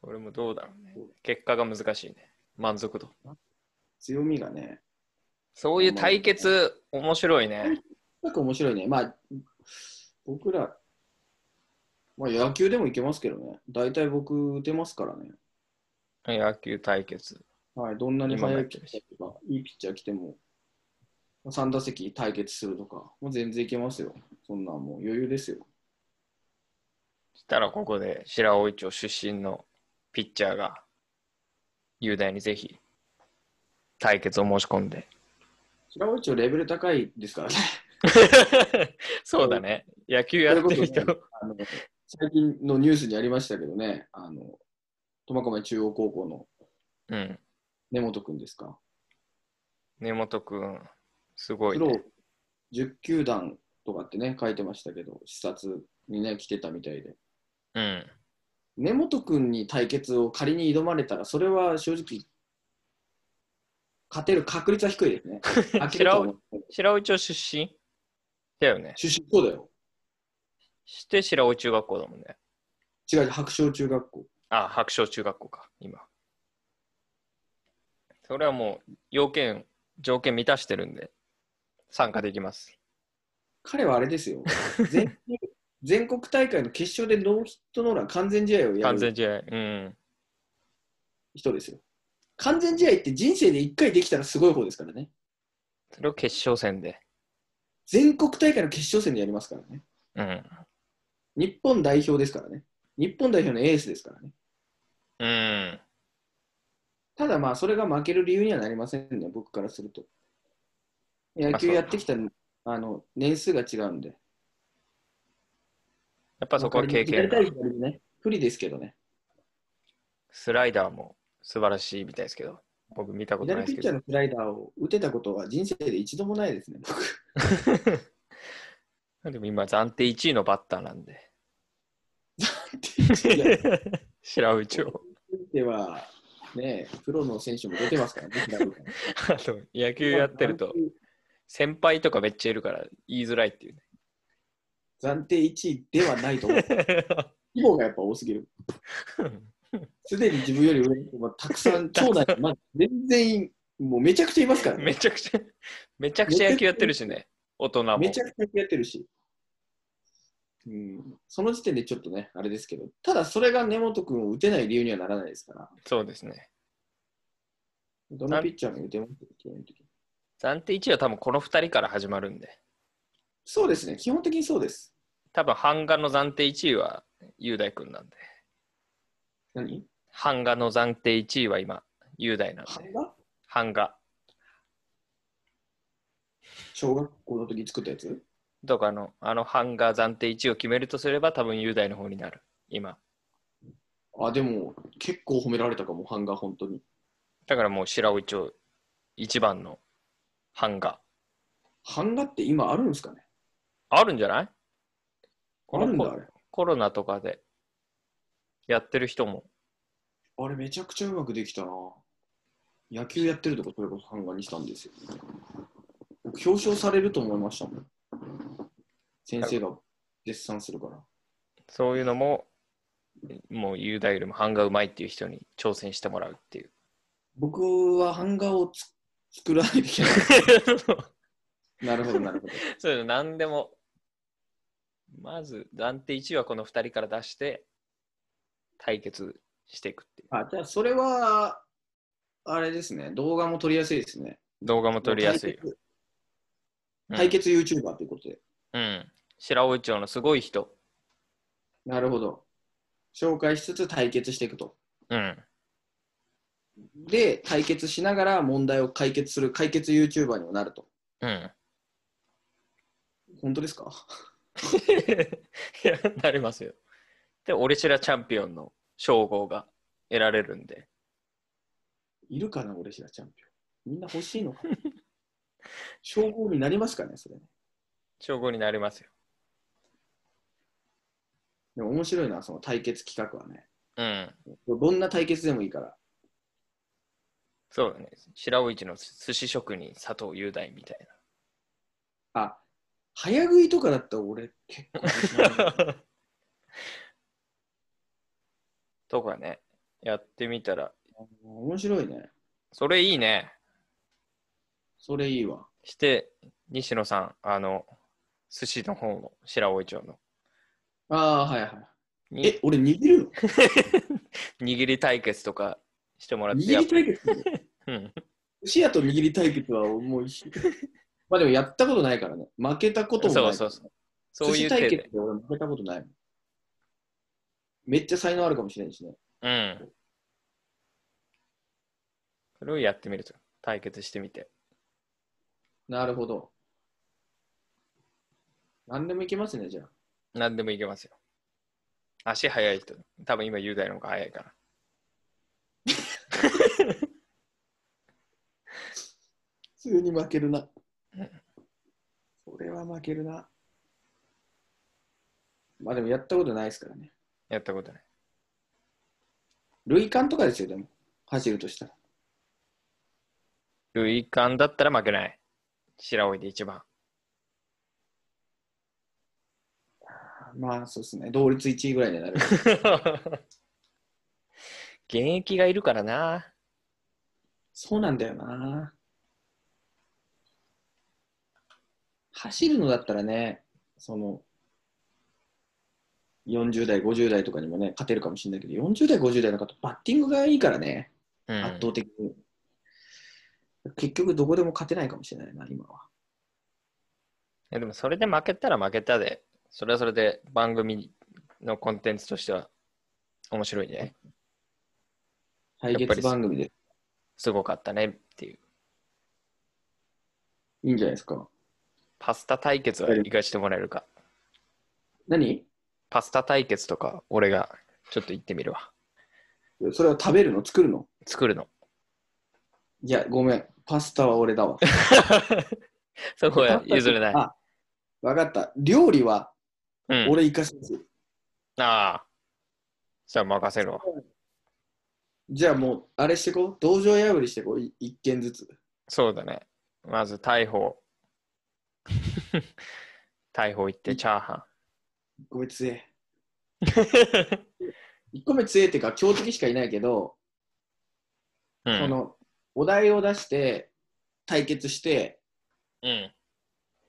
それもどうだろうね。結果が難しいね。満足度。強みがね、そういう対決、面白いね。なんか面白いね。まあ、僕ら、まあ、野球でもいけますけどね。大体僕、打てますからね。野球対決。はい、どんなに今の速いピッチャーが、いいピッチャー来ても、3打席対決するとか、もう全然いけますよ。そんなんもう余裕ですよ。したらここで白老町出身のピッチャーが雄大にぜひ対決を申し込んで白尾一応レベル高いです からね。 そうだね野球やってる人それあの最近のニュースにありましたけどね、あの苫小牧中央高校のうん根本君ですか。根本くんすごい、プロね、 10球団とかってね、書いてましたけど、視察にね、来てたみたいで。うん根本君に対決を仮に挑まれたら、それは正直、勝てる確率は低いで すね。負けると思う白老町出身だよね出身そうだよ。して白老中学校だもんね違う、白鳥中学校。あ、白鳥中学校か、今。それはもう、要件、条件満たしてるんで、参加できます。彼はあれです よ。全全国大会の決勝でノーヒットノーラン完全試合をや完る全試合。うん。人ですよ。完全試合って人生で1回できたらすごい方ですからね。それを決勝戦で。全国大会の決勝戦でやりますからね。うん。日本代表ですからね。日本代表のエースですからね。うん。ただまあ、それが負ける理由にはなりませんね、僕からすると。野球まあやってきた、あ、の年数が違うんで。やっぱそこは経験やが。りたい左でね。不利ですけどね。スライダーも素晴らしいみたいですけど、僕見たことな左いですピッけチャーど。のスライダーを打てたことは人生で一度もないですね、僕。でも今、暫定1位のバッターなんで。いや 白内町。では、ね、プロの選手も出てま すからね、平野君あと野球やってると、先輩とかめっちゃいるから言いづらいって いうね。暫定1位ではないと思う。規模がやっぱ多すぎる。すでに自分より上にもたく さん、町内にまだ全然、もうめちゃくちゃいますからね。めちゃくちゃ、めちゃくちゃ野球やってるしね、大人も。めちゃくちゃやってるし。うん、その時点でちょっとね、あれですけど、ただそれが根本君を打てない理由にはならないですから、そうですね。どのピッチャーも打てますよ基本的に暫定1位は多分この2人から始まるんで、そうですね、基本的にそうです。多分半眼の暫定1位は雄大君なんで、何半眼の暫定1位は今、雄大なん版で、画半眼。小学校の時に作ったやつとかの、あの半眼暫定1位を決めるとすれば、多分雄大の方になる、今。あ、でも結構褒められたかも、版画、本当に。だからもう白尾町一番の半眼。版画って今あるんですかねあるんじゃないあこのるんだ、こあれ。コロナとかでやってる人もあれめちゃくちゃうまくできたな。野球やってるとこ、それこそ版画にしたんですよ。僕表彰されると思いましたもん。先生が絶賛するから。そういうのも、もう雄大よりも版がうまいっていう人に挑戦してもらうって いう。僕は版画をつ作らないといけない。 なるほど、なるほど。そういうの何でも、まず暫定1位はこの2人から出して、対決していくっていう。あ、じゃあそれは、あれですね、動画も撮りやすいですね。動画も撮りやすい。うん対決対決 YouTuber ということで。うん。白老町のすごい人。なるほど。紹介しつつ対決していくと。うん。で、対決しながら問題を解決する解決 YouTuber にもなると。うん。本当ですか いや、なりますよ。で、俺白チャンピオンの称号が得られるんで。いるかな、俺しらチャンピオン。みんな欲しいのかな称号になりますかね、それね。称号になりますよ。でも面白いな、その対決企画はね。うん。どんな対決でもいいから。そうだね。白老市の寿司職人佐藤雄大みたいあ、早食いとかだったら俺結構自信あるな。 な。とかね、やってみたら、面白いね。それいいね。それいいわ。して、西野さん、あの、寿司の方の白老町の。ああー、はいはい。に え、俺握るの握り対決とかしてもらって、握やっり対決するのうん。寿司屋と握り対決は重いし。まあでもやったことないからね。負けたこともない。そうそうそう。そうい寿司う手対決でっ。て俺負けたことないもん。めっちゃ才能あるかもしれないしね。うん。それをやってみると。対決してみて。なるほど。何でもいけますね、じゃあ。何でもいけますよ。足速い人。多分今雄大の方が速いから。普通に負けるなうん。それは負けるな。まあでもやったことないですからね。やったことない。類間とかですよ、でも。走るとしたら。類間だったら負けない。白老で一 番。まあそうですね。同率1位ぐらいには なる。現役がいるからな。そうなんだよな。走るのだったらね、その、40代、50代とかにもね、勝てるかもしれないけど、40代、50代の方、バッティングがいいからね。うん、圧倒的に。結局、どこでも勝てないかもしれないな、今は。いやでもそれで負けたら負けたで、それはそれで番組のコンテンツとしては面白いね。対やっぱ決り番組ですごかったねっていう。いいんじゃないですか。パスタ対決は行かしてもらえるか。何パスタ対決とか俺がちょっと行ってみるわ。それは食べるの作るの作るの。いや、ごめん。パスタは俺だわ。 そこは譲れない。あ、わかった。料理はうん、俺生かします、ああ。じゃあ任せるわ。じゃあもう、あれしてこう。道場破りしてこう。い一件ずつ。そうだね。まず逮捕。 逮捕行ってチャーハ1個目強え。1個目強えっていうか、強敵しかいないけど、 ン。その、お題を出して、対決して、うん。うん。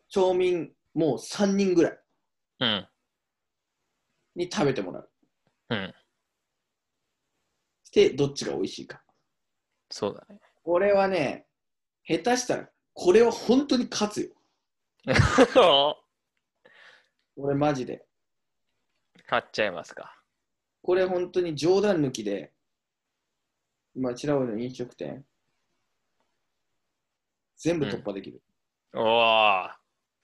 町民もう3人ぐらいうん。に食べてもらう。うん。して、どっちが美味しいか。そう だね。俺はね、下手したら、これは本当に勝つよ。俺マジで。買っちゃいますか。これ本当に冗談抜きで、今、チラオの飲食店、全部突破できる。おお、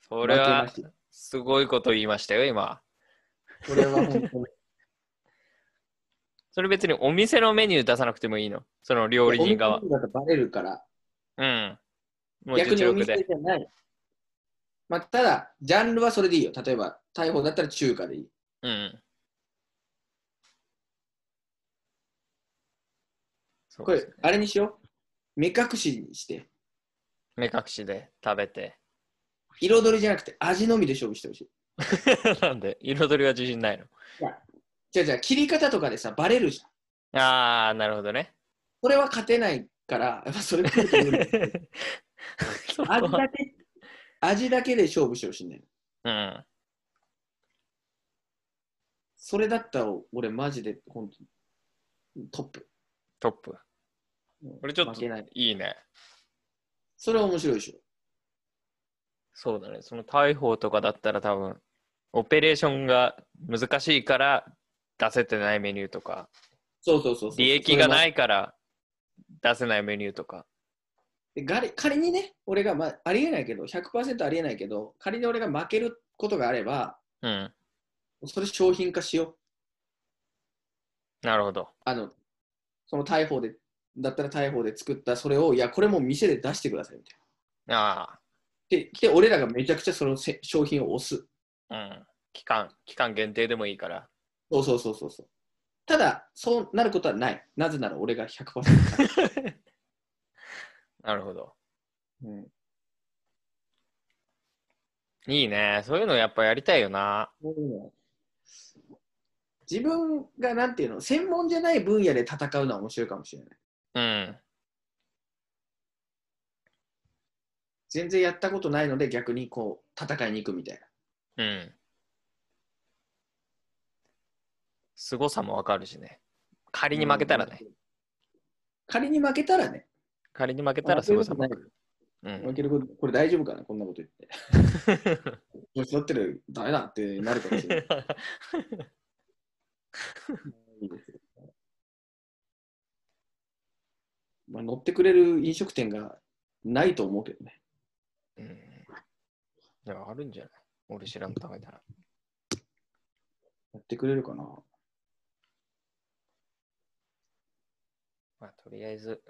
それは負けなしすごいこと言いましたよ、今。これは本当に。それ別にお店のメニュー出さなくてもいいの。その 料理人側お。店だとバレるから、うん。もう逆に実お力店で。じゃない。まあ、ただ、ジャンルはそれでいいよ。例えば、逮捕だったら中華でいい。うん。そうこでれすね、あれにしよう。目隠しにして、目隠しで食べて。彩りじゃなくて味のみで勝負してほしい。 なんで、彩りは自信ないの。じゃあじゃあ切り方とかでさバレるじゃん。ああ、なるほどね。それは勝てないから、やっぱそれ食うと無理 そこ味はだけ味だけで勝負してほしいんだよ。うん。それだったら俺マジで本当にトップ。トップ。俺ちょっ負とけない。いいね。それは面白いでしょ。そうだね。その逮捕とかだったら多分、オペレーションが難しいから出せてないメニューとか、そうそうそうそう。。利益がないいから出せないメニューとか。で仮仮にね、俺が、まあ、ありえないけど、100%ありえないけど、仮に俺が負けることがあれば、うん。それ商品化しよう。なるほど。あの、その逮捕で、だったら逮捕で作ったそれを、いや、これもう店で出してくださいみたいな。あで、来て、俺らがめちゃくちゃそのせ商品を押す。あ。うん。期間、期間限定でもいいから。そうそうそうそうそう。ただ、そうなることはない。なぜなら俺が100%勝つ、なるほど。うん。いいね。そういうのやっぱやりたいよな。自分がなんていうの、専門じゃない分野で戦うのは面白いかもしれない。うん。全然やったことないので逆にこう戦いに行くみたいな。うん。凄さもわかるしね。仮に負けたらね。仮に負けたらね。仮に負けたらすごいさばく。う負ん。けること、これ大丈夫かなこんなこと言って。 こいつだってる、ダメだってなるかもしれない。いいですよまあ、乗ってくれる飲食店がないと思うけどね。うん。 いや、あるんじゃない俺知らんためだな。やってくれるかなまあ、とりあえず、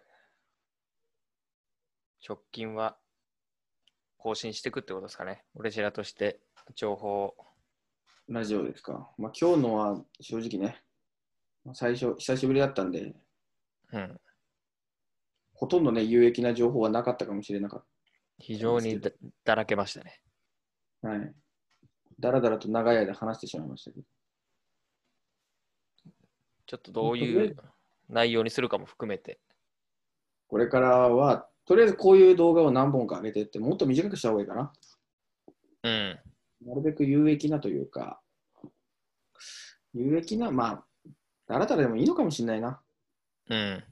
直近は更新していくってことですかね。俺らとして情報を。ラジオですか。まあ、今日のは正直ね、まあ最初、久しぶりだったんで、うん。ほとんどね、有益な情報はなかったかもしれなかっ非常にだだらけましたね。た。はい。だらだらと長い間話してしまいましたけど。ちょっとどういう内容にするかも含めて。これからは、とりあえずこういう動画を何本か上げてって、もっと短くした方がいいかな。うん。なるべく有益なというか、有益な、まあ、だらだらでもいいのかもしれないな。うん。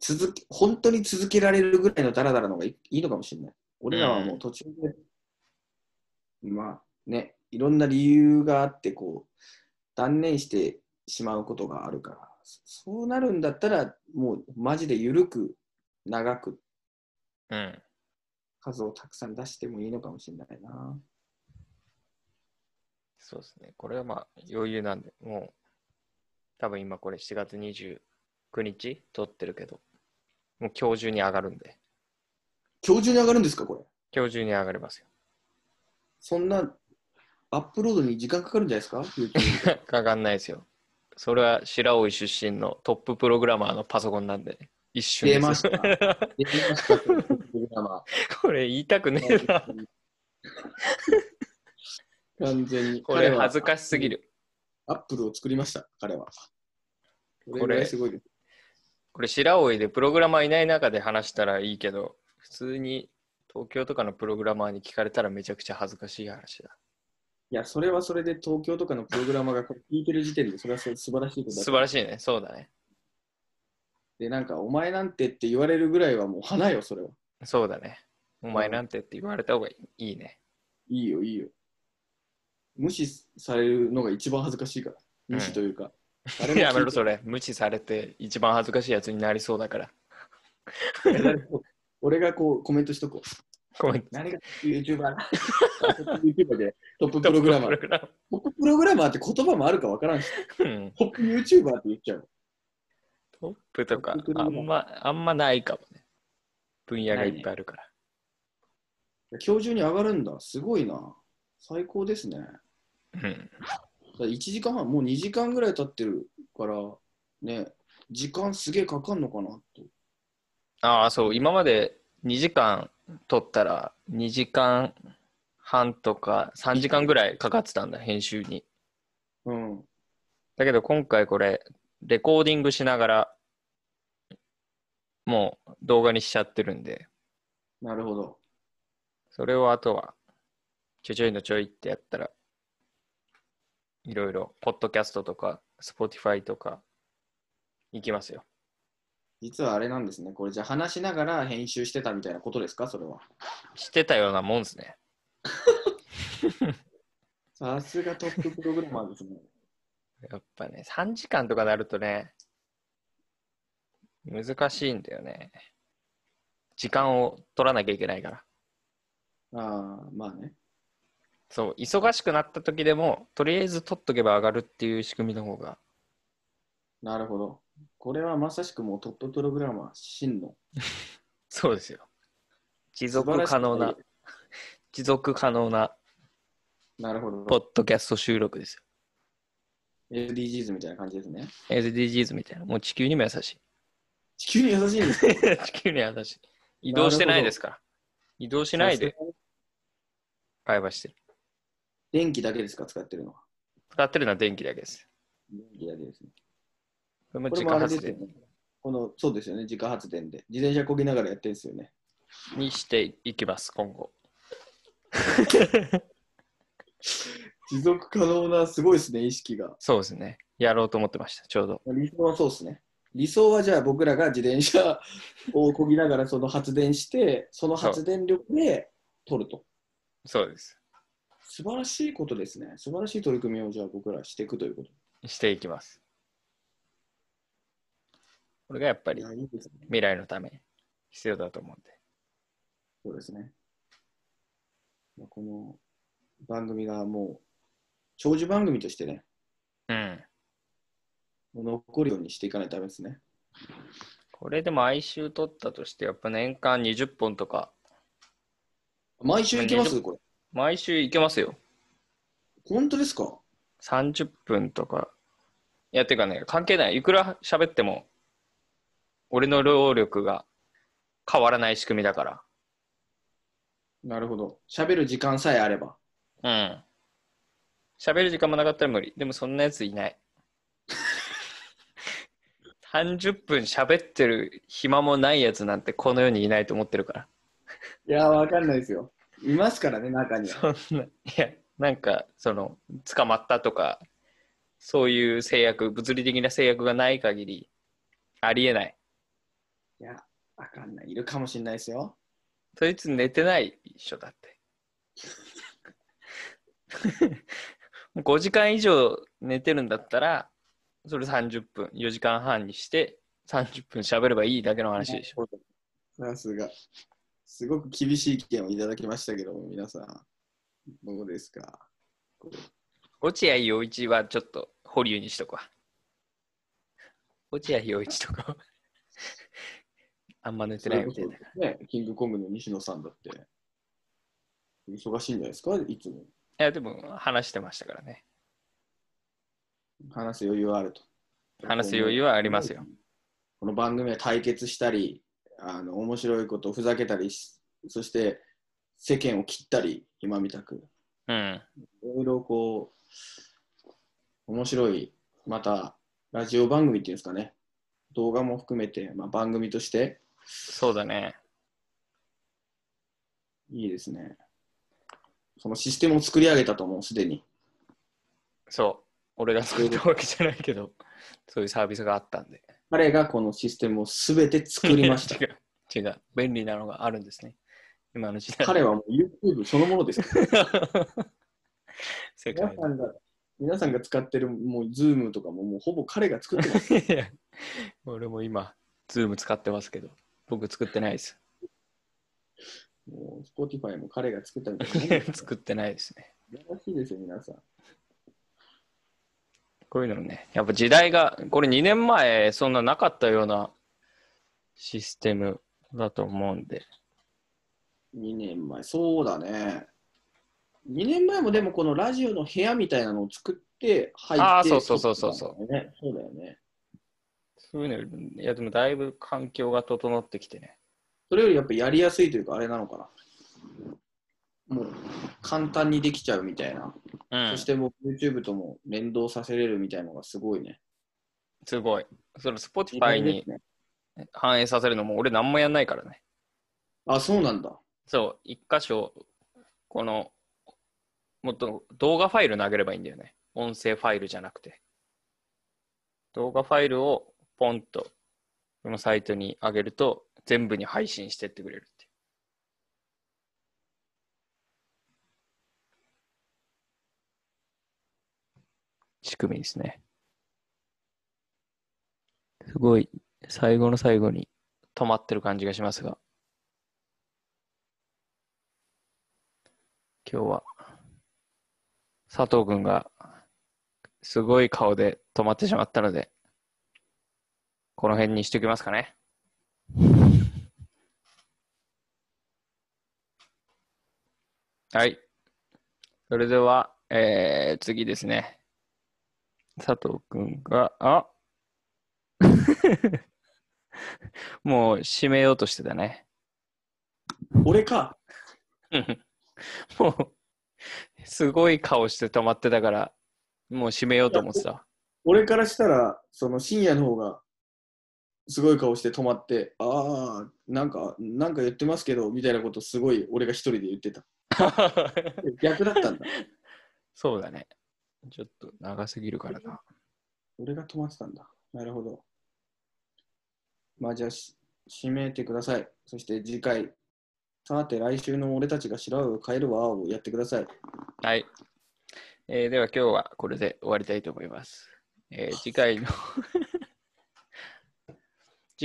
続け本当に続けられるぐらいのダラダラの方がいいいいのかもしれない。俺らはもう途中で、まあね、いろんな理由があって、こう、断念してしまうことがあるから、そそうなるんだったら、もうマジで緩く、長く、うん。数をたくさん出してもいいのかもしれないな。そうですね。これはまあ余裕なんで、もう多分今これ7月29日撮ってるけど、もう今日中に上がるんで、今日中に上がるんですか、これ。今日中に上がりますよ。そんな、アップロードに時間かかるんじゃないですか YouTube でかかんないですよ。それは白老出身のトッププログラマーのパソコンなんで、一瞬です出ました。 出ました、このドラマ。これ言いたくねえな。完全に。これ恥ずかしすぎる。る。アップルを作りました、彼は。これれぐらいすごいです。これ白老でプログラマーいない中で話したらいいけど、普通に東京とかのプログラマーに聞かれたらめちゃくちゃ恥ずかしい話だ。いや、それはそれで東京とかのプログラマーがこれ聞いてる時点で、それはそれ素晴らしいことだ素晴らしいね。そうだね。で、なんか、お前なんてって言われるぐらいはもう花よ、それは。そうだね。お前なんてって言われた方がいいいいね。いいよ、いいよ。無視されるのが一番恥ずかしいから。無視というか。誰も聞いてやめろ、それ。無視されて一番恥ずかしいやつになりそうだから。いや誰も俺がこうコメントしとこう。ごめん。何が YouTuber だ ?YouTuber でトッププログラマプー。ログラトッププログラマーって言葉もあるか分からんし、マー。うんトップ YouTuber って言っちゃう。トップとかトップ、プロあグラんま、あんまないかもね。分野がいっぱいあるから。今日中に上がるんだ。すごいな。最高ですね。うん。 1時間半、もう2時間ぐらい経ってるから、ね、時間すげえかかんのかなって。ああ、そう、今まで2時間撮ったら、2時間半とか3時間ぐらいかかってたんだ、編集に。うん。だけど今回これ、レコーディングしながら、もう動画にしちゃってるんで、なるほど。それをあとは、ちょいちょいのちょいってやったら、いろいろ、ポッドキャストとか、スポティファイとか、行きますよ。実はあれなんですね。これじゃあ話しながら編集してたみたいなことですかそれは。してたようなもんですね。さすがトッププログラマーですね。やっぱね、3時間とかなるとね、難しいんだよね。時間を取らなきゃいけないから。ああ、まあね。そう、忙しくなった時でも、とりあえず取っとけば上がるっていう仕組みの方が、なるほど。これはまさしくもうトッププログラマー真の。そうですよ。持続可能な素晴らし、持続可能ななるほど。ポッドキャスト収録ですよ。 LDGs みたいな感じですね。 SDGs みたいな。もう地球にも優し地球に優しいんです い。地球には優しい。移動してないですから。移動しないで。会話してる。電気だけですか、使ってるのは。使ってるのは電気だけです。電気だけですね。これもこれ自も家あれで発すよ電ね。この、そうですよね、自家発電で。自転車こぎながらやってるんですよね。にしていきます、今後。持続可能な、すごいですね、意識が。そうですね。やろうと思ってました、ちょうど。理想はそうですね。理想はじゃあ僕らが自転車をこぎながらその発電して、その発電力で取ると。そうです。素晴らしいことですね。素晴らしい取り組みをじゃあ僕らしていくということ。していきます。これがやっぱいりや、いいですね。未来のため必要だと思うんで。そうですね。まあこの番組がもう、長寿番組としてね、うん。残るようにしていかないとダメですね。これでも哀愁取ったとして、やっぱ年間20本とか、毎週行きままあすこれ。毎週いけますよ。本当ですか30分とか。いや、てかね、関係ない。いくら喋っても、俺の労力が変わらない仕組みだかなるほど。喋る時間さえあれば。ら。うん。喋る時間もなかったら無理。でもそんなやつい ない。30分喋ってる暇もないやつなんてこの世にいないと思ってるから。いやー、わかんないですよ。いますからね、中には。そんな、いや、なんか、その、捕まったとか、そういう制約、物理的な制約がない限り、ありえない。いや、わかんない。いるかもしれないですよ。そいつ寝てない一緒だって。 もう5時間以上寝てるんだったら、それ30分、4時間半にして、30分喋ればいいだけの話でしょ。ょ。さすが。すごく厳しい意見をいただきましたけども、皆さん、どうですか落合陽一はちょっと保留にしとくわ。落合陽一とかはあんま寝てないみたいな。ね、キングコングの西野さんだって、忙しいんじゃないですかいつも。いや、でも話してましたからね。話す余裕はあると。話す余裕はありますよ。この番組は対決したり、あの面白いこと、ふざけたりし、そして世間を切ったり、今みたく、うん。いろいろこう、面白い、またラジオ番組っていうんですかね、動画も含めて、まあ、番組としてそうだね。いいですね。そのシステムを作り上げたと思う、すでに。そう。俺が作ったわけじゃないけど、そういうサービスがあったんで。彼がこのシステムをすべて作りま し た。違う。違う。便利なのがあるんですね。今の時代。彼はもう YouTube そのものです。世皆界さんが皆さんが使ってるもう Zoom とかももうほぼ彼が作ってます。で。いや俺も今、ズーム使ってますけど、僕作ってないです。 もう Spotify も彼が作ったみたいな。素作ってないですね。晴らしいですよ、皆さん。こういうのね、やっぱ時代が、これ2年前、そんななかったようなシステムだと思うんで。 2年前、 そうだね。2年前もでもこのラジオの部屋みたいなのを作って入って、。ああそうそうそうそうそうね、そうだよね。そういうの、いや、でもだいぶ環境が整ってきてね。それよりやっぱやりやすいというか、あれなのかな。もう簡単にできちゃうみたいな。うんそしてもう YouTube とも連動させれるみたいなのがすごいね。すごい。その Spotify にね。反映させるのも俺何もやんないからね。あ、そうなんだ。そう、一箇所、この、もっと動画ファイル投げればいいんだよね。音声ファイルじゃなくて。動画ファイルをポンと、このサイトに上げると、全部に配信してってくれるって。仕組みですね。すごい、最後の最後に止まってる感じがしますが。今日は佐藤君がすごい顔で止まってしまったのでこの辺にしておきますかね はいそれでは、えー次ですね佐藤君があ もう締めようとしてたね俺か。うん もう、すごい顔して止まってたから、もう締めようと思ってたわ。俺からしたら、その深夜の方が、すごい顔して止まって、ああ、なんか、なんか言ってますけど、みたいなことすごい俺が一人で言ってた。逆 だったんだ。そうだね。ちょっと長すぎるからな。俺が止まってたんだ。なるほど。まあじゃあし、締めてください。そして次回、さて来週の俺たちが白を変えるわをやってください。はい。えーでは今日はこれで終わりたいと思います。えー次回の、次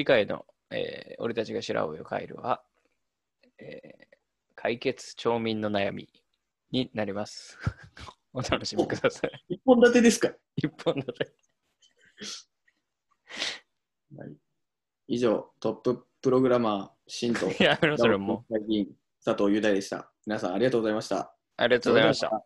回の、えー俺たちが白老を変えるは、えー解決町民の悩みになります。 お楽しみください。一本立てですか一本立て。以上、トッププログラマー、新と、 いやめろ、それもう。佐藤雄大でした。皆さんありがとうございました。ありがとうございました。た。